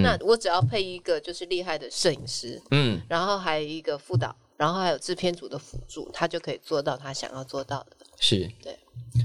D: 那我只要配一个就是厉害的摄影师，
B: 嗯，
D: 然后还有一个副导，然后还有制片组的辅助，他就可以做到他想要做到的。
B: 是
D: 对。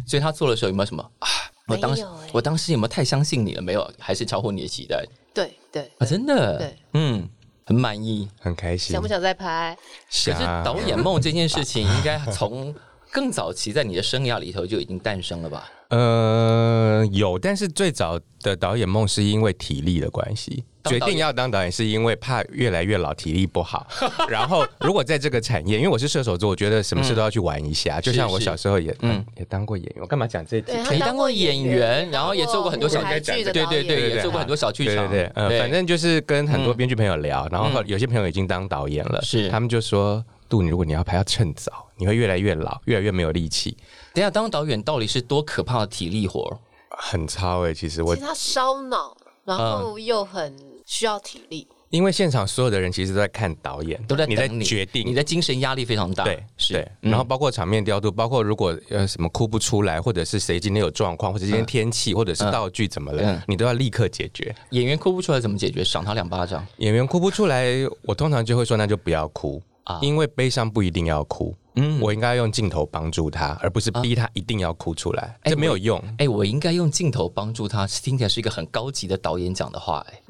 B: 所以他做的时候有没有什么啊？我当时、
D: 没有欸
B: 我当时有没有太相信你了？没有，还是超乎你的期待
D: 对对
B: 啊！
D: 对
B: 真的，
D: 对，
B: 嗯，很满意。
E: 很开心。
D: 想不想再拍？
B: 可
E: 想啊
B: 是导演梦这件事情，应该从更早期在你的生涯里头就已经诞生了吧？
E: 呃，有，但是最早的导演梦是因为体力的关系，
B: 当
E: 决
B: 导演
E: 定要当导演是因为怕越来越老，体力 不好。然后，如果在这个产业，因为我是射手座，我觉得什么事都要去玩一下。就像我
B: 是
E: 小时候也
B: 嗯
E: 嗯也当过演员，我干嘛讲这一题
D: 对？哎他
B: 你
D: 当
B: 当
D: 过
B: 过
D: 演
B: 演
D: 员
B: 员，然后也做过很多小
D: 舞台剧的
B: 对
D: 导
B: 对
D: 演
B: 对，也
E: 对
B: 做过很多小剧
E: 对
B: 场，
E: 对对，呃，
B: 对嗯
E: 反正就是跟很多编剧朋友聊，然后有些朋友已经当导演了，
B: 是
E: 他们就说，杜，你如果你要拍，要趁早，你会越来越老，越来越没有力气，
B: 等一下当导演到底是多可怕的体力活儿？
E: 很超哎、其实我
D: 其实他烧脑，然
B: 嗯
D: 后又很需要体力。
E: 因为现场所有的人其实都在看导演，
B: 都在
E: 你在
B: 等
E: 决定
B: 你的精神压力非常大。
E: 对，
B: 是
E: 对，
B: 嗯
E: 然后包括场面调度，包括如果呃什么哭不出来，或者是谁今天有状况，或者今天天气，或者是道具怎么了
B: 嗯，
E: 你都要立刻解决。
B: 演员哭不出来怎么解决？赏他两巴掌。
E: 演员哭不出来，我通常就会说那就不要哭
B: 啊，嗯
E: 因为悲伤不一定要哭。我应该用镜头帮助他，而不是逼他一定要哭出来，
B: 啊哎
E: 这没有用。
B: 哎，我应该用镜头帮助他，听起来是一个很高级的导演讲的话。哎，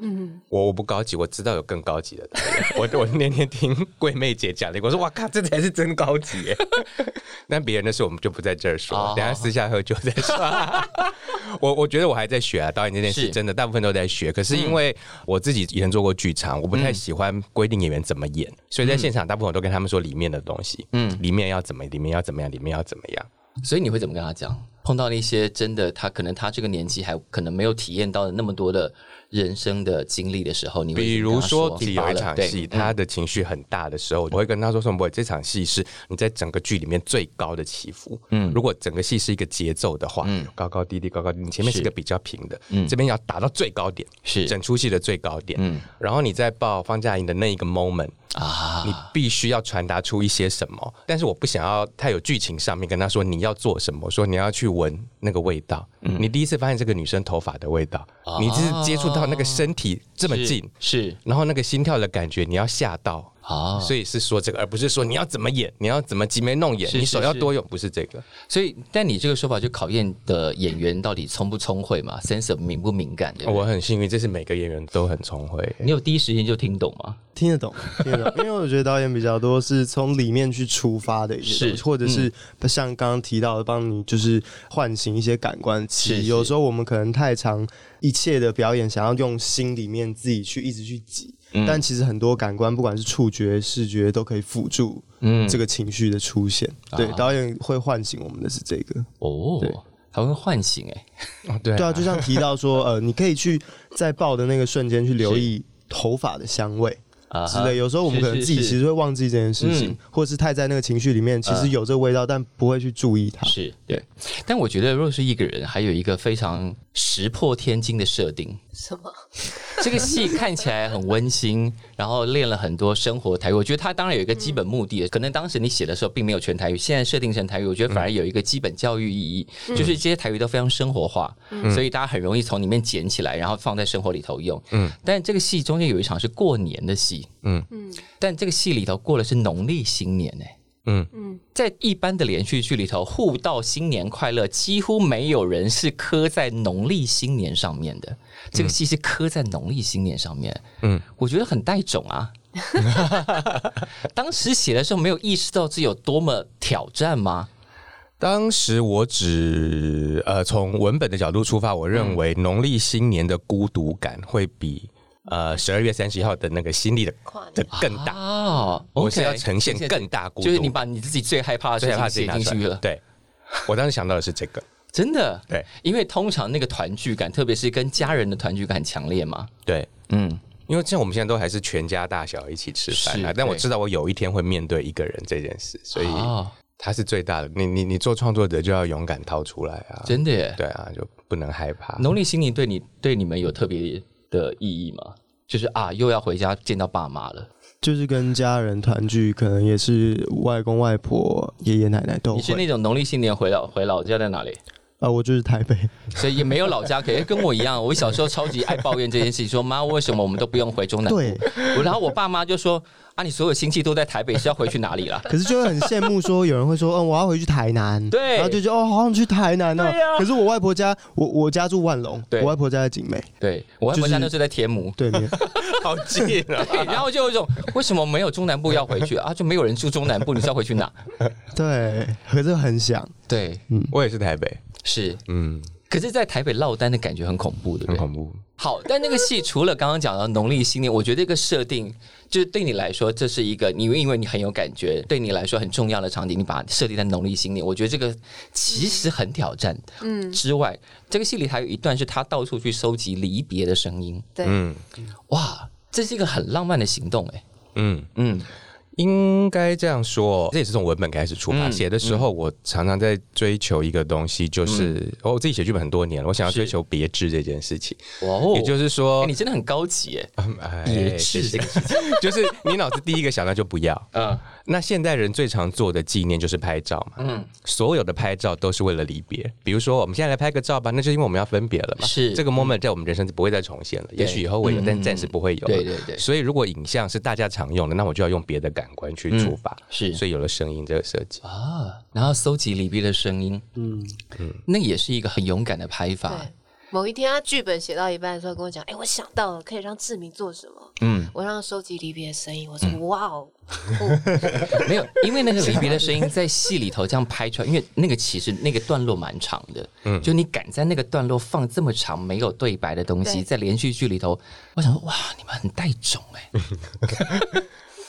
E: 我我不高级，我知道有更高级的导演。 我我那天听桂妹姐讲的，我说哇靠，这才是真高级耶。 但别人的事我们就不在这儿说，
B: 哦
E: 等一下私下喝酒再说。 我我觉得我还在学啊，导演这件事
B: 是嗯
E: 真的大部分都在学。可是因为我自己以前做过剧场，我不太喜欢规定演员怎么演，所以在现场大部分我都跟
B: 嗯
E: 他们说里面的东西，嗯，里面要怎么，里面要怎么样，里面要怎么样。
B: 所以你会怎么跟他讲？碰到了一些真的他可能他这个年纪还可能没有体验到那么多的人生的经历的时候，你会
E: 比如
B: 说
E: 说，自己有一场
B: 嗯
E: 戏，他的情绪很大的时候，我会跟他说：“宋博，这场戏是你在整个剧里面最高的起伏。嗯，如果整个戏是一个节奏的话，
B: 嗯
E: 高高低低，高高低，你前面是一个比较平的，
B: 嗯
E: 这边要达到最高点，
B: 是
E: 整出戏的最高点。
B: 嗯
E: 然后你在报方嘉莹的那一个 moment，
B: 啊，
E: 你必须要传达出一些什么，但是我不想要太有剧情上面跟他说你要做什么，说你要去闻那个味道。你第一次发现这个女生头发的味道，
B: 嗯啊
E: 你就是接触到那个身体这么近，
B: 是是
E: 然后那个心跳的感觉，你要吓到。
B: 啊，所
E: 所以是说这个，而不是说你要怎么演，你要怎么挤眉弄眼，
B: 是
E: 你
B: 是
E: 手要
B: 是
E: 多用，不是这个。
B: 以所以但你这个说法就考验的演员到底聪不聪慧嘛，sense of 敏不敏感，对不对
E: 哦我很幸运，这是每个演员都很聪慧。
B: 呃你有第一时间就听懂吗？
C: 听得懂，听 得懂，因为我觉得导演比较多是从里面去出发的一些东西，
B: 是嗯
C: 或者是像刚刚提到的，帮你就是唤醒一些感官
B: 是
C: 器。
B: 是
C: 有时候我们可能太常一切的表演，想要用心里面自己去一直去挤，
B: 嗯
C: 但其实很多感官，不管是触觉、视觉，都可以辅助
B: 嗯
C: 这个情绪的出现。对，
B: 啊
C: 导演会唤醒我们的是这个。对
B: 哦，还会唤醒哎、
E: 哦，对
C: 对啊，就像提到说，呃，你可以去在抱的那个瞬间去留意头发的香味。
B: 啊
C: 之
B: 哈
C: 类。有时候我们可能
B: 是
C: 自
B: 是
C: 己
B: 是
C: 其实会忘记这件事情，
B: 嗯
C: 或者是太在那个情绪里面，其实有这个味道，但不会去注意它。
B: 是啊对，但我觉得若是一个人，还有一个非常石破天惊的设 定。
D: 什么？
B: 这个戏看起来很温馨，然后练了很多生活台语。我觉得它当然有一个基本目的，可能当时你写的时候并没有全台语，现在设定成台语，我觉得反而有一个基本教育意义，就是这些台语都非常生活化，所以大家很容易从里面捡起来，然后放在生活里头用。嗯，但这个戏中间有一场是过年的戏，嗯嗯，但这个戏里头过的是农历新年哎、
E: 嗯
D: 嗯，
B: 在一般的连续剧里头，互道新年快乐，几乎没有人是磕在农历新年上面的。这个戏是磕在农历新年上面，嗯
E: 嗯，
B: 我觉得很带种啊。 当时写的时候没有意识到这有多么挑战吗？
E: 当时我只呃从文本的角度出发，我
B: 嗯
E: 认为农历新年的孤独感会比呃十二月三十一号的那个新历的
D: 跨年
E: 的更大。
B: 哦
E: 啊我
B: OK，
E: 是要呈现
B: 呈现
E: 更大孤独，
B: 就是你把你自己最害怕的
E: 最
B: 事
E: 害怕
B: 情
E: 自己
B: 写
E: 拿
B: 进
E: 出
B: 去
E: 来。
B: 了，
E: 对，我当时想到的是这个。
B: 真的。
E: 对
B: 因为通常那个团聚感，特别是跟家人的团聚感很强烈嘛。
E: 对，
B: 嗯，
E: 因为像我们现在都还是全家大小一起吃饭啊
B: 是，
E: 但我
B: 对
E: 知道我有一天会面对一个人这件事，所以
B: 哦
E: 它是最大的。你你你做创作者就要勇敢掏出来啊！
B: 真的耶。
E: 对啊，就不能害怕。
B: 农历新年对你对你们有特别的意义吗？就是啊，又要回家见到爸妈了。
C: 就是跟家人团聚，可能也是外公外婆、爷爷奶奶都
B: 你是那
C: 会。
B: 种农历新年回老回老家在哪里？
C: 呃，我就是台北，
B: 所以也没有老家可以。哎跟我一样，我小时候超级爱抱怨这件事情，说妈，为什么我们都不用回中南部？
C: 对。
B: 我然后我爸妈就说啊，你所有亲戚都在台北，是要回去哪里啦？
C: 可是就会很羡慕，说有人会说，嗯，我要回去台南，
B: 对
C: 然后就觉得哦，好想去台南哦。
B: 对呀
C: 可是我外婆家，我我家住万隆，
B: 对
C: 我外婆家在景美
B: 对我外婆家
C: 就是
B: 就是在天母。
C: 对面，
E: 好近啊！
B: 对，然后就有一种为什么没有中南部要回去啊？就没有人住中南部，你是要回去哪？
C: 对，可是很想，
B: 对，
E: 我也是台北，
B: 是。
E: 嗯，
B: 可是，在台北落单的感觉很恐怖，对不
E: 很
B: 对？
E: 恐怖。
B: 好，但那个戏除了刚刚讲的农历新年，我觉得这个设定就是对你来说，这是一个你因为你很有感觉，对你来说很重要的场景，你把它设定在农历新年，我觉得这个其实很挑战。嗯，之外，这个戏里还有一段是他到处去收集离别的声音，
D: 对，
E: 嗯
B: 哇，这是一个很浪漫的行动、哎，
E: 嗯。
B: 嗯，
E: 应该这样说，这也是从文本开始出发。
B: 嗯
E: 写的时候，我常常在追求一个东西，就是、哦我自己写剧本很多年了，我想要
B: 嗯是
E: 追求别致这件事情。
B: 哇哦，
E: 也就是
B: 哎、
E: 说，
B: 你真的很高级、哎，
E: 嗯哎
B: 别
E: 谢
B: 致这
E: 谢
B: 个事情，
E: 就是你脑子第一个想到就不要。
B: 嗯
E: 那现代人最常做的纪念就是拍照嘛，
B: 嗯，
E: 所有的拍照都是为了离别。比如说，我们现在来拍个照吧，那就因为我们要分别了嘛。
B: 是
E: 这个 moment 在我们人生是不会再重现了，也许以后会有，
B: 嗯
E: 但暂时不会有。
B: 对对对
E: 所以如果影像是大家常用的，那我就要用别的感官去出发。
B: 嗯是
E: 所以有了声音这个设计。
B: 啊，然后搜集离别的声音，
C: 嗯，
B: 那也是一个很勇敢的拍法，
D: 对。某一天，他剧本写到一半的时候跟我讲：“哎、我想到了，可以让志明做什么？
B: 嗯。
D: 我让他收集离别的声音。”我说：“哇哦，
B: 没有，因为那个离 别的
D: 啊
B: 声音在戏里头这样拍出来，因为那个其实那个段落蛮长的，嗯，就你敢在那个段落放这么长没有对白的东西，
D: 对
B: 在连续剧里头，我想说哇，你们很带 种哎、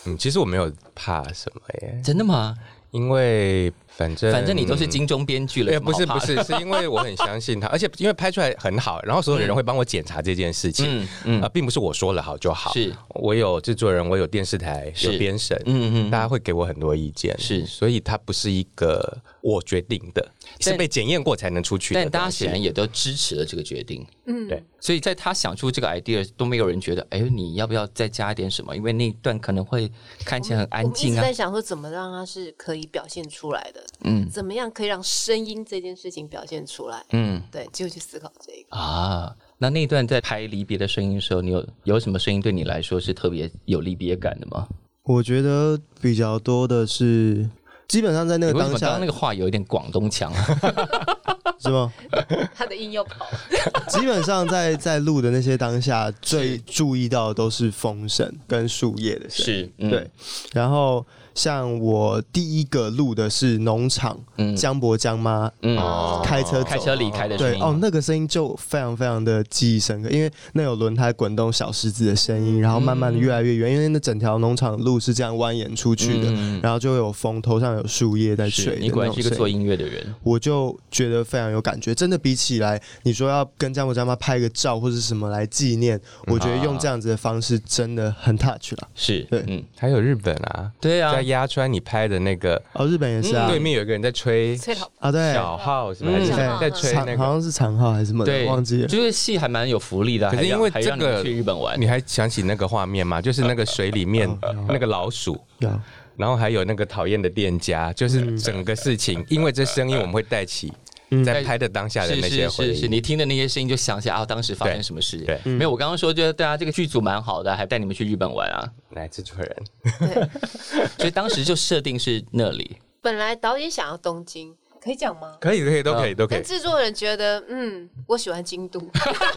E: 嗯，其实我没有怕什么耶，
B: 真的吗？
E: 因为反正
B: 反正你都是金钟编剧了，
E: 哎
B: 有什么好
E: 不是
B: 怕的，
E: 不是，是因为我很相信他，而且因为拍出来很好，然后所有人会帮我检查这件事情，
B: 嗯
E: 嗯
B: 嗯
E: 啊，并不是我说了好就好，
B: 是
E: 我有制作人，我有电视台，
B: 是
E: 有编审，
B: 嗯嗯嗯
E: 嗯嗯，大家会给我很多意见，
B: 是
E: 所以它不是一个我决定的，
B: 但
E: 是被检验过才能出去的东
B: 但
E: 西，
B: 大家显然也都支持了这个决定。
D: 嗯，
E: 对
B: 所以在他想出这个 idea 都没有人觉得，哎，你要不要再加一点什么？因为那一段可能会看起来很
D: 我
B: 安
D: 们一直
B: 静啊
D: 在。想说怎么让它是可以表现出来的，
B: 嗯
D: 怎么样可以让声音这件事情表现出来？
B: 嗯
D: 对，就去思考这个。
B: 啊，那那一段在拍离别的声音的时候，你有有什么声音对你来说是特别有离别感的吗？
C: 我觉得比较多的是，基本上在那
B: 你
C: 个
B: 为什
C: 当
B: 么刚
C: 下
B: 刚那个话有一点广东腔啊？
C: 是吗？
D: 他的音又跑了，
C: 基本上在在录的那些当下，最注意到的都是风声跟树叶的声音。
B: 是，嗯
C: 对，，然后像我第一个录的是农场，
B: 嗯
C: 江伯江妈
B: 嗯，
E: 哦
C: 开车走
B: 开车离开的声
C: 对
B: 音，
C: 哦，那个声音就非常非常的记忆深刻，因为那有轮胎滚动小石子的声
B: 嗯
C: 音，然后慢慢的越来越远，因为那整条农场路是这样蜿蜒出去的，
B: 嗯
C: 然后就会有风，头上有树叶在
B: 是
C: 吹。
B: 你果然是一个做音乐的人，
C: 我就觉得非常有感觉。真的比起来，你说要跟詹姆斯妈拍个照或者什么来纪念，我觉得用这样子的方式真的很 touch 了。
B: 是，
C: 对
B: 嗯，
E: 还有日本啊，
B: 对啊
E: 在，鸭川你拍的那个，
C: 哦，日本也是啊，
E: 对面有一个人在吹
D: 崔 老
C: 啊对，
E: 小号什么，
B: 嗯
E: 还是
D: 小号
E: 在吹
C: 长
E: 那
C: 好
E: 个。
C: 像是长号还是什么的，
B: 对，
C: 忘记了。
B: 就是戏还蛮有福利的，
E: 可
B: 还
E: 是
B: 让
E: 因为
B: 还
E: 这
B: 让你
E: 个
B: 们去日本玩
E: 你，还想起那个画面吗？就是那个水里面
B: 嗯
E: 那个老鼠，
C: 有
E: 然后还有那个讨厌的店家，就是整个事情，因为这声音我们会带起在拍的当下的
B: 是
E: 那些
B: 是
E: 回
B: 是是，
E: 忆。
B: 你听的那些声音就想起啊，当时发生什么事。
E: 对
B: 没有，我刚刚说就是对啊，这个剧组蛮好的，还带你们去日本玩啊，
E: 来，制作人，
D: 对，
B: 所以当时就设定是那里。
D: 本来导演想要东京，可以讲吗？
E: 可以，可以，都可以，都可
D: 但
E: 以。
D: 制作人觉得，嗯，我喜欢京都，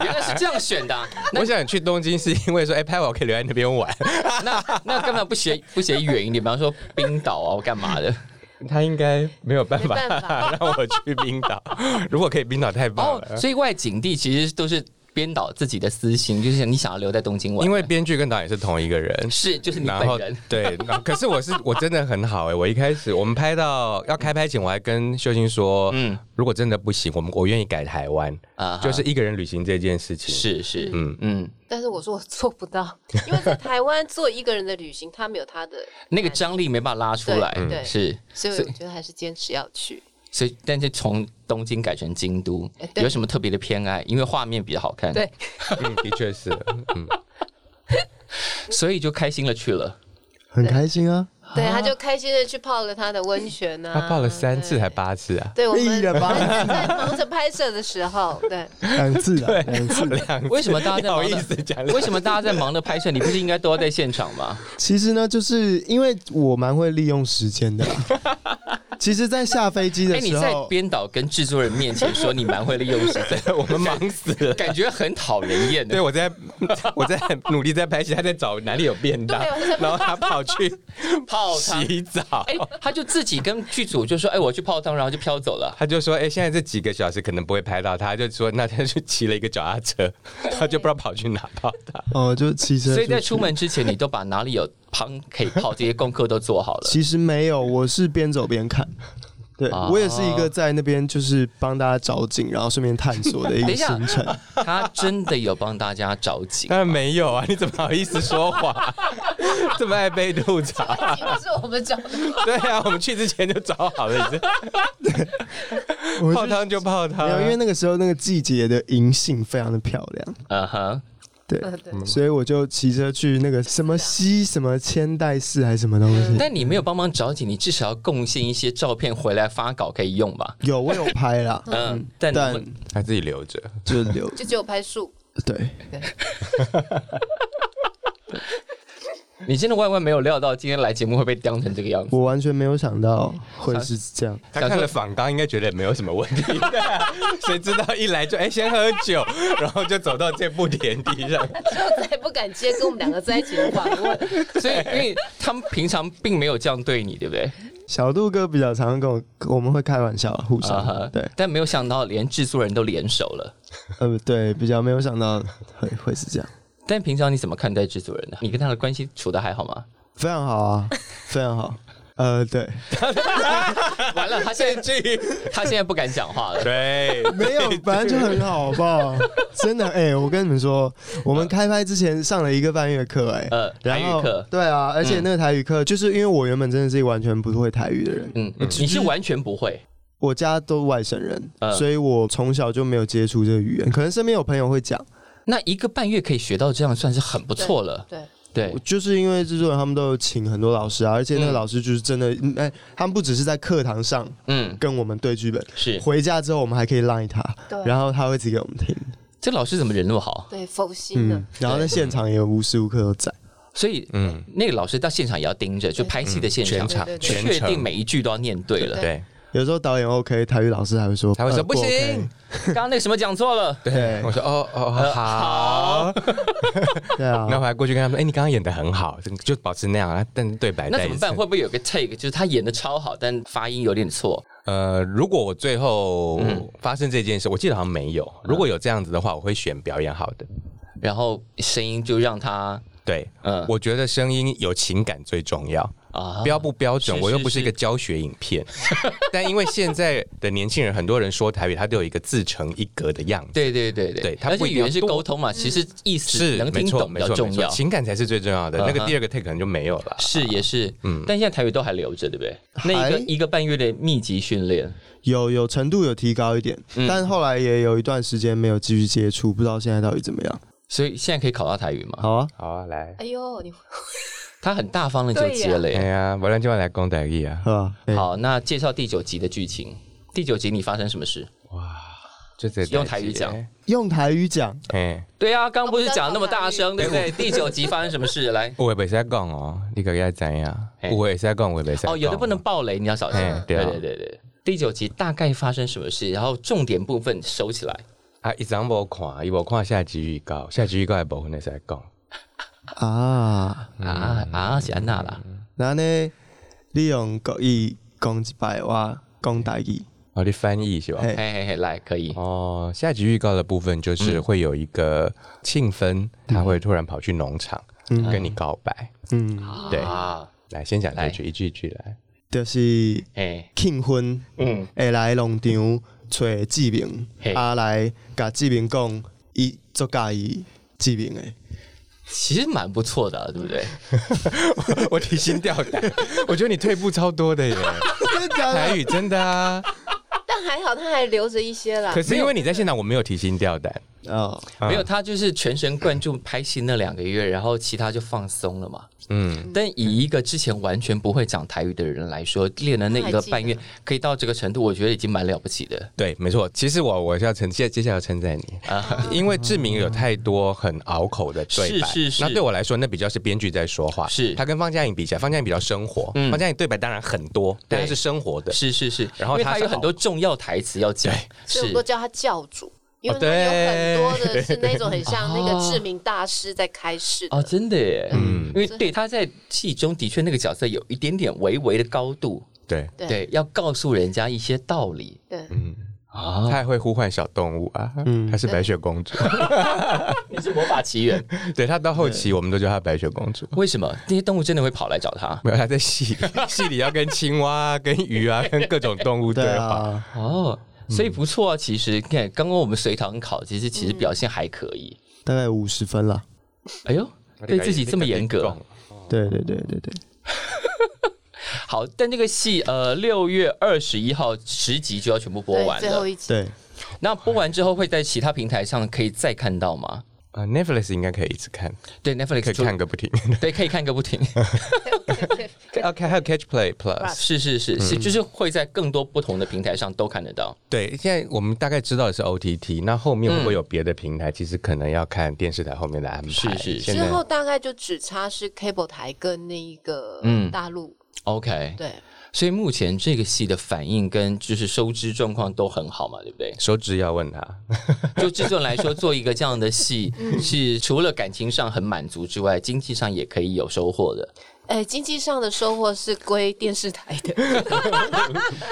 B: 原来是这样选的啊、
E: 我想去东京是因为说，哎，拍完我可以留在那边玩。
B: 那那干嘛不写不写远一点？比方说冰岛啊，我干嘛 的？
E: 他应该没有办法
D: 没办法
E: 让我去冰 岛。如果可以，冰岛太棒
B: 哦，
E: 了。
B: 所以外景地其实都是编导自己的私心，就是你想要留在东京玩，
E: 因为编剧跟导演是同一个人，
B: 是就是你
E: 然后
B: 本人
E: 对，然后可 是我是我真的很好哎、我一开始我们拍到要开拍前，我还跟秀清说，
B: 嗯
E: 嗯，如果真的不行，我们我愿意改台湾，
B: 啊哈
E: 就是一个人旅行这件事情。
B: 是是嗯
E: 嗯
B: 嗯，
D: 但是我说我做不到， 因为在台湾做一个人的旅行，他没有他的
B: 那个张力没办法拉出来，
D: 对对
B: 是。
D: 所以
B: 所
D: 我
B: 以
D: 觉得还是坚持要去。
B: 所以，但是从东京改成京都，
D: 哎对
B: 有什么特别的偏爱？因为画面比较好看，，
D: 对，
E: 嗯，的确是，嗯，
B: 所以就开心了去了。
C: 很开心啊，
D: 对，他就开心的去泡了他的温泉啊，
E: 他报了三次
D: 对
E: 还八次啊，
D: 对，我
C: 屁
D: 们
C: 了吧，
D: 在忙着拍摄的时候，对，
C: 两次 啊了，两次了。
E: 两次
B: 为什么大家在
E: 你好
B: 忙
E: 意
B: 着
E: 思 讲？
B: 为什么大家在忙着拍摄？你不是应该都要在现场吗？
C: 其实呢，就是因为我蛮会利用时间的啦。 其实，在下飞机
B: 哎、
C: 的
B: 你
C: 时
B: 在
C: 候，
B: 编导跟制作人面前说你蛮会利用时间，
E: 我们忙死了？
B: 感觉很讨人厌的。
E: 对，我在我在努力在拍戏，他在找哪里有便当
D: 对我在，
E: 然后他跑去
B: 泡汤
E: 洗澡
B: 哎、。他就自己跟剧组就说：“哎、我去泡汤，然后就飘走了。
E: 他就说：“哎、现在这几个小时可能不会拍到他，就说那他就骑了一个脚踏车，他就不知道跑去哪泡他。
C: 哦，就骑”车。
B: 所以在出，门之前，你都把哪里有汤可以泡这些功课都做好了。
C: 其实没有，
B: 嗯
C: 我是边走边看。对、
B: 哦
C: 我也是一个在那边就是帮大家找景，然后顺便探索的一
B: 等一
C: 个
B: 下
C: 行程。
B: 他真的有帮大家找景
E: 当，然没有啊，你怎么好意思说谎？ 这么爱被吐槽？
D: 不是我们讲的，
E: 啊对啊，我们去之前就找好了，已经
C: 我
E: 泡
C: 就
E: 汤就泡汤
C: 没有，
E: 啊，
C: 因为那个时候那个季节的银杏非常的漂亮，
B: 嗯哼，
C: 对，
D: 嗯对
C: 所以我就骑车去那个什么西
B: 啊
C: 什么千代市还是什么东西。
B: 但你没有帮忙找景，你至少要贡献一些照片回来发稿可以用吧？
C: 有我有拍 啦，
B: 嗯，但我
C: 但
B: 们
E: 他自己留着。
C: 就留
D: 就只有拍树，
C: 对。
B: 你真的万万没有料到今天来节目会被当成这个 样子。
C: 我完全没有想到会是 这样。
E: 他看了访纲，应该觉得没有什么问 题。谁知道一来就哎、先喝酒， 然后就走到这步田地上。
D: 就再不敢接跟我们两个在一起 的访问。
B: 所以，因为他们平常并没有这样对你，对不对？
C: 小杜哥比较常跟我，我们会开玩笑，互
B: 啊哈
C: 相对，
B: 但没有想到连制作人都联手了。
C: 呃，对，比较没有想到会会是这样，
B: 但平常你怎么看待制作人呢？你跟他的关系处的还好吗？
C: 非常好啊，非常好。呃，对，
B: 完了，他现在 他现在不敢讲话了。
E: 对，
C: 没有，本来就很好，好不好？ 真的，哎、我跟你们说，我们开拍之前上了一个半月课、哎、
B: 呃，台
C: 然
B: 语
C: 后
B: 课，
C: 对啊，而且那个台语课，就是因为我原本真的是完全不会台语的人，
B: 嗯，你是完全不会，
C: 我家都外省人，
B: 嗯
C: 所以我从小就没有接触这个语言，可能身边有朋友会讲，
B: 那一个半月可以学到这样，算是很不错了。
D: 对，
B: 对，
C: 就是因为制作人他们都有请很多老师啊，而且那
B: 嗯
C: 个老师就是真的，嗯哎、他们不只是在课堂上
B: 嗯，
C: 跟我们对剧本，
B: 是。
C: 回家之后我们还可以 line 他，
D: 对
C: 然后他会指给我们听，
B: 这老师怎么人那么好？
D: 对，佛心啊的
C: 嗯，，然后在现场也无时无刻都在，
B: 所以
E: 嗯，
B: 那个老师到现场也要盯着，就拍戏的现场，
E: 全场
D: 对对对
E: 全
B: 确定
E: 程，
B: 每一句都要念对了。
E: 对，
C: 有时候导演 OK，台语老师还会说，
E: 他会说
C: 呃
E: 不
C: OK
E: 行，
B: 刚刚那个什么讲错了，
C: 对
E: 我说哦哦
B: 呃
E: 好，
C: 对啊
E: 然，后我还过去跟他们说，哎，你刚刚演的很好，就保持那样，啊但是对白
B: 那
E: 带
B: 怎
E: 一
B: 么
E: 次
B: 办？会不会有个 take，就是他演的超好，但发音有点错？
E: 呃，如果我最后发生这件事，我记得好像没有。如果有这样子的话，我会选表演好的。
B: 然后声音就让他
E: 对，
B: 嗯
E: 我觉得声音有情感最重要，
B: 啊
E: 标不标准，
B: 是
E: 我又
B: 是
E: 不是一个
B: 是
E: 教学影片。 但因为现在的年轻人，很多人说台语，他都有一个自成一格的样子。
B: 对对对
E: 对他
B: 而
E: 不
B: 且
E: 一
B: 语
E: 定要
B: 言是
E: 多
B: 沟通嘛，其实意思
E: 是
B: 能
E: 没
B: 听
E: 错，
B: 懂
E: 没
B: 比较
E: 错，没
B: 重
E: 错，啊
B: 要。
E: 情感才是最重要的。
B: 嗯哼
E: 那个第二个 take 可能就没有了。
B: 是也是，
E: 嗯
B: 但现在台语都还留着，对不对？那一个
C: 还
B: 一个半月的密集训练，
C: 有有程度有提高一点，
E: 嗯
C: 但后来也有一段时间没有继续接触，不知道现在到底怎么样。
B: 所以现在可以考到台语嘛？
C: 好啊，
E: 好啊，来，
D: 哎呦，你
B: 他很大方的就接了耶
E: 哎呀，我让今晚来讲台语啊。
C: 好啊，哎
B: 好，那介绍第九集的剧情。第九集你发生什么事？
E: 就这
B: 用台语讲
C: 用台语讲，
E: 哎，
B: 对啊，刚不是讲那么大声，对不对？第九集发生什么 事？来，
E: 我也不是讲哦，你个要怎样
B: 嘿？
E: 我也是讲，我也是
B: 哦，有的不能爆雷，你要小心
E: 哎。
B: 对
E: 对啊
B: 对对对，第九集大概发生什么事？然后重点部分收起来。
E: 啊，一张无看，伊无看下集预告，下集预告也无分会使讲。
C: 啊，
E: 嗯
B: 啊啊，是安娜啦，
C: 然后呢，你用国语讲一摆话，讲台语，
E: 哦，你翻译是吧？
C: 嘿
B: 嘿嘿嘿，来可以。
E: 哦，下集预告的部分就是
C: 嗯
E: 会有一个庆芬，他会突然跑去农场跟你告白。
C: 嗯，
E: 对
B: 啊，
E: 来，先讲这一句，一句一句来。
C: 就是
B: 哎，
C: 庆婚
B: 嗯，
C: 会来农场找志明
B: 嘿，
C: 啊来甲志明讲，伊足介意志明的，
B: 其实蛮不错的啊，对不对？
E: 我提心吊 胆，我觉得你退步超多的耶，
C: 真的假的？
E: 台语真的啊。
D: 但还好，他还留着一些啦
E: 可。是因为你在现场，我没有提心吊胆。
C: 哦，
E: 啊
B: 没有，他就是全神贯注拍戏那两个月，然后其他就放松了嘛。
E: 嗯，
B: 但以一个之前完全不会讲台语的人来说，练了那一个半月
D: 他还记得，
B: 可以到这个程度，我觉得已经蛮了不起的。
E: 对，没错。其实我我是要称接接下来要称赞你，因为志明有太多很拗口的对白，
B: 是是是
E: 那对我来说，那比较是编剧在说话，
B: 是
E: 他跟方嘉颖比起来，方嘉颖比较生活，
B: 嗯
E: 方嘉颖对白当然很多，但
B: 对
E: 他是生活的，
B: 是是是，
E: 然后
B: 因为
E: 他
B: 他
E: 是
B: 有很多重要台词要讲，
D: 所以我
B: 是
D: 们都叫他教主，因为
E: 哦
D: 他
E: 对
D: 有很多的是那 种很像那个志明大师在开示的
B: 哦，。真的耶，嗯
E: 嗯，
B: 因为对他在戏中的确那个角色有一点点微微的高度，
E: 对，嗯
D: 对
B: 对，要告诉人家一些道理
D: 对，
B: 啊。
E: 他还会呼唤小动物啊，她是白雪公主，
B: 你是魔法奇 缘，
E: 对她到后期我们都叫她白雪公主。
B: 为什么那些动物真的会跑来找他？
E: 没有，她在戏里，戏里要跟青蛙、啊、跟鱼啊、跟各种动物对
C: 对
E: 话。
C: 啊，
B: 哦，所以不错啊。其实你看，刚刚我们随堂考，其实其实表现还可以。
C: 大概五十分啦。
B: 哎呦，对自己这么严格，
C: 对对对对对，
B: 好，但这个戏呃，六月二十一号十集就要全部播
D: 对，
B: 完
D: 最后
B: 了。
D: 一集。
C: 对，
B: 那播完之后会在其他平台上可以再看到吗？
E: 啊，Netflix 应该可以一直看，
B: 对
E: 可以
B: ，Netflix
E: 看个不停。
B: 对，可以看个不停。
E: OK，还有 Catch Play Plus，
B: 是是是是，就是会在更多不同的平台上都看得到。
E: 对，现在我们大概知道的是 OTT，那后面会不会有别的平台？其实可能要看电视台后面的安排。
B: 嗯是是
E: 现
D: 之
E: 在？
D: 后大概就只差是 cable 台跟那一个
B: 嗯
D: 大陆，
B: OK，
D: 对
B: 所以目前这个戏的反应跟就是收支状况都很好嘛，对不对
E: 手指要问他，
B: 就制作人来说，做一个这
D: 嗯
B: 样的戏是除了感情上很满足之外，经济上也可以有收获的。
D: 呃，经济上的收获是归电视台的，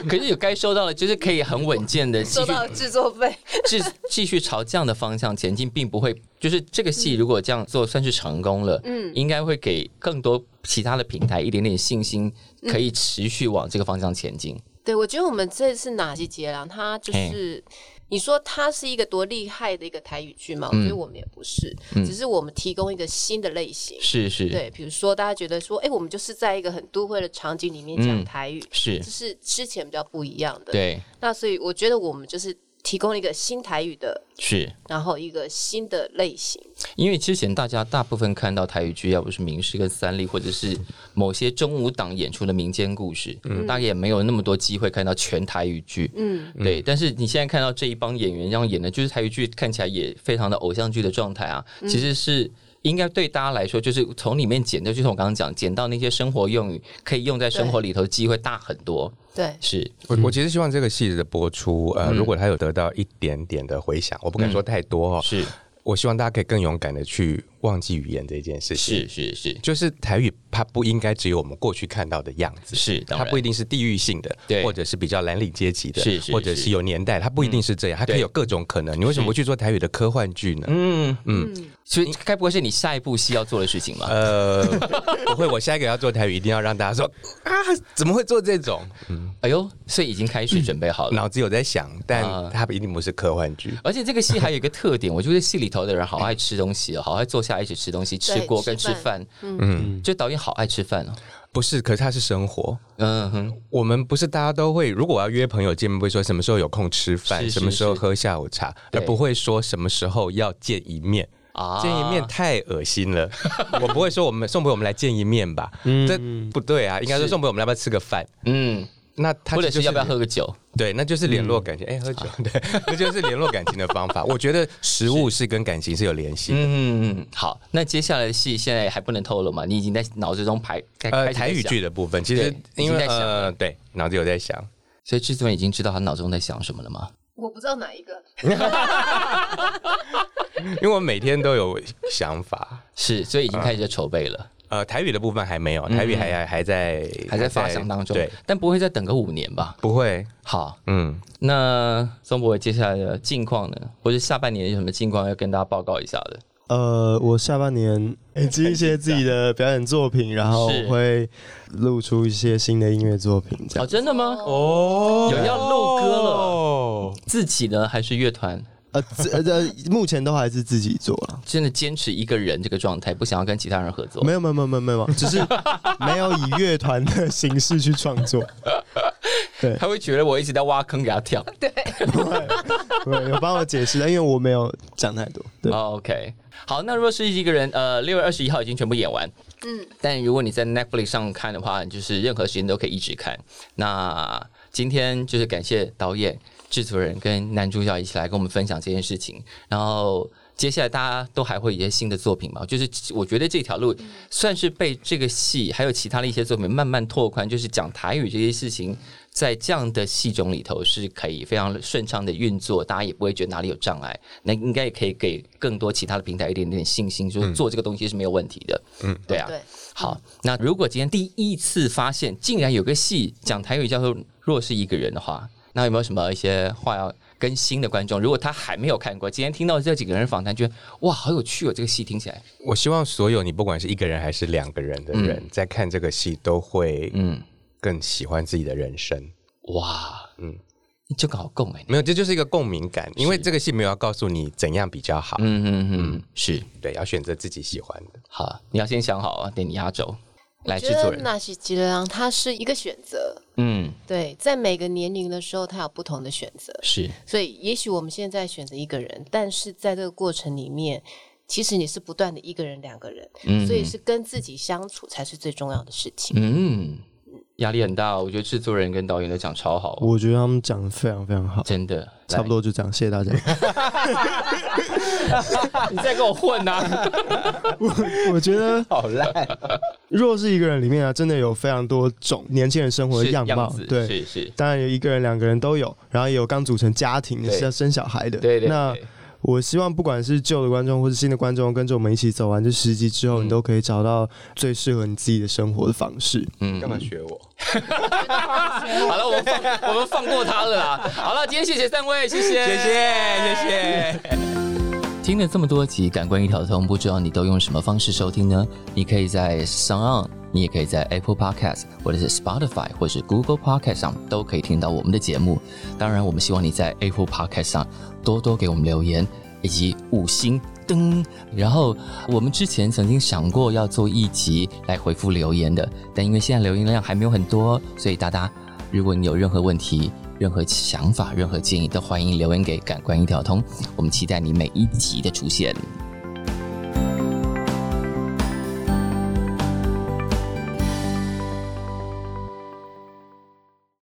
B: 可是有该收到的，就是可以很稳健的 继
D: 收
B: 续
D: 到制作费。
B: 继继续朝这样的方向前进，并不会就是这个
D: 嗯
B: 戏如果这样做算是成功了，嗯，应该会给更多其他的平台一点点信心，
D: 嗯
B: 可以持续往这个方向前进。
D: 对，我觉得我们这次哪集杰郎，他就是你说他是一个多厉害的一个台语剧嘛？我
B: 嗯
D: 觉得我们也不是，只是我们提供一个新的类型。
B: 是是，
D: 对，比如说大家觉得说，哎、我们就是在一个很都会的场景里面
B: 嗯
D: 讲台语，
B: 是
D: 这是之前比较不一样的。，
B: 对，
D: 那所以我觉得我们就是提供了一个新台语的，
B: 是
D: 然后一个新的类型。
B: 因为之前大家大部分看到台语剧，要不是明视跟三立，或者是某些中午档演出的民间故事，嗯，大概也没有那么多机会看到全台语剧，
D: 嗯，
B: 对，但是你现在看到这一帮演员这样演的，就是台语剧看起来也非常的偶像剧的状态啊，其实是。应该对大家来说，就是从里面捡，就就像我刚刚讲，捡到那些生活用语，可以用在生活里头，机会大很多。
D: 对，
B: 是，
E: 我我其实希望这个戏的播出，
B: 嗯
E: 呃，如果它有得到一点点的回响，我不敢说太多哦，
B: 是，
E: 我希望大家可以更勇敢的去忘记语言这件事情。
B: 是，是，是，
E: 就是台语，它不应该只有我们过去看到的样子，
B: 是当
E: 它
B: 然
E: 不一定是地域性的，
B: 对
E: 或者是比较蓝领阶级的，
B: 是是
E: 或者
B: 是
E: 是有年代，它不一定是这样，它可以
B: 对
E: 有各种可能。你为什么不去做台语的科幻剧呢？
B: 嗯嗯，所以该不会是你下一部戏要做的事情吧？
E: 呃，不会，我下一个要做台语，一定要让大家说啊，怎么会做这种？
B: 哎呦，所以已经开始准备好了。
E: 脑子有在想，
B: 呃啊
E: 但它一定不是科幻剧。
B: 而且这个戏还有一个特点， 我觉得戏里头的人好爱吃东西哦，好爱坐下来一起吃东西，吃
D: 对
B: 锅跟吃
D: 吃
B: 饭
D: 饭，
B: 嗯，就导演好爱吃饭哦，
E: 不是，可是它是生活。
B: 嗯哼，
E: 我们不是大家都会，如果我要约朋友见面，不会说什么时候有空吃饭，
B: 是是
E: 什么时候喝下午茶，
B: 对
E: 而不会说什么时候要见一面。
B: 啊，
E: 见一面太恶 心了，我不会说我们宋博我们来见一面吧，这不对啊，应该说
B: 嗯是
E: 宋博我们要不要吃个饭？
B: 嗯，
E: 那他
B: 或者
E: 就是
B: 要不要喝？个酒？
E: 对，那就是联
B: 嗯
E: 络感情。哎、喝酒， 对，那就是联络感情的方 法。我觉得食物是跟感情是有联系的。
B: 嗯，好，那接下来的戏现在还不能透露嘛？你已经在脑子中排开开
E: 呃，
B: 始在
E: 台语
B: 想
E: 剧，的部分，其实
B: 对
E: 因
B: 已经
E: 为
B: 在想了
E: 呃，对，脑子有在想，
B: 所以制作人已经知道他脑中在想什么了吗？
D: 我不知道哪一个，
E: 因为我每天都有想法。
B: 是，所以
E: 啊
B: 已经开始在筹备了，
E: 呃，台语的部分还没有，台语还、还还在
B: 嗯还在发想当中
E: 对，，
B: 但不会再等个五年吧？
E: 不会，
B: 好，
E: 嗯，
B: 那宋博伟接下来的近况呢，或者下半年有什么近况要跟大家报告一下的？
C: 呃，我下半年累积一些自己的表演作品，然后
B: 是
C: 会录出一些新的音乐作品，
B: 哦，
C: 这样。
B: 真的吗？
E: 哦
B: 有要录歌了，
E: 了。
B: 自己呢还是乐团？
C: 呃，自呃呃，目前都还是自己做了。
B: 真的坚持一个人这个状态，不想要跟其他人合作
C: 没。有没有没有没有没有，只是没有以乐团的形式去创作。对，
B: 他会觉得我一直在挖坑给他跳。
C: 对，有帮我解释，但因为我没有讲太多。对，
B: 哦 OK，好，那如果是一个人，呃，六月二十一号已经全部演完，嗯，但如果你在 Netflix 上看的话，你就是任何时间都可以一直看。那今天就是感谢导演、制作人跟男主角一起来跟我们分享这件事情，然后。接下来大家都还会有一些新的作品嘛？就是我觉得这条路算是被这个戏还有其他的一些作品慢慢拓宽，就是讲台语这些事情，在这样的戏种里头是可以非常顺畅的运作，大家也不会觉得哪里有障碍。那应该也可以给更多其他的平台一点点信心，说做这个东西是没有问题的。嗯，对啊。
D: 对，
B: 好，那如果今天第一次发现竟然有个戏讲台语叫做《若是一个人》的话，那有没有什么一些话要跟新的观众？如果他还没有看过，今天听到这几个人访谈，觉得哇，好有趣哦，这个戏听起来，
E: 我希望所有你不管是一个人还是两个人的人，在看这个戏都会
B: 嗯，
E: 更喜欢自己的人生。
B: 哇，嗯
E: 嗯，
B: 就搞共哎，
E: 没有，这就是一个共鸣感，因为这个戏没有要告诉你怎样比较好，
B: 嗯嗯嗯，是
E: 对，要选择自己喜欢的。
B: 好，你要先想好啊，等你压轴来
D: 我
B: 制
D: 觉
B: 作
D: 得
B: 人，
D: 哪些杰郎他是一个选择，
B: 嗯，
D: 对，在每个年龄的时候，他有不同的选择。
B: 是
D: 所以，也许我们现在选择一个人，但是在这个过程里面，其实你是不断的一个人、两个人，所以是跟自己相处才是最重要的事情。
B: 嗯，压力很大哦。我觉得制作人跟导演都讲超好，
C: 我觉得他们讲的非常非常好，
B: 真的
C: 差不。多就这样，谢谢大家。
B: 来你再跟我混啊 呐！
C: 我我觉得好烂。若是一个人里面啊，真的有非常多种年轻人生活的
B: 是
C: 样貌，
B: 子
C: 对，
B: 是是，
C: 当然有一个人、两个人都有，然后也有刚组成家庭、
B: 对
C: 是要生小孩的。
B: 对对。
C: 那
B: 对
C: 我希望不管是旧的观众或是新的观众，跟着我们一起走完这十集之后，你都可以找到最适合你自己的生活的方式。
E: 干嘛学我？
B: 好了，我们放我们放过他了啦。好了，今天谢谢三位，谢谢，
E: 谢谢，谢谢。
B: 听了这么多集《感官一条通》，不知道你都用什么方式收听呢？你可以在 s o n 你也可以在 Apple Podcast 或者是 Spotify 或者是 Google Podcast 上都可以听到我们的节目。当然，我们希望你在 Apple Podcast 上多多给我们留言以及五星。噔，然后我们之前曾经想过要做一集来回复留言的，但因为现在留言量还没有很多，所以大家如果你有任何问题、任何想法、任何建议，都欢迎留言给感官一条通。我们期待你每一集的出现。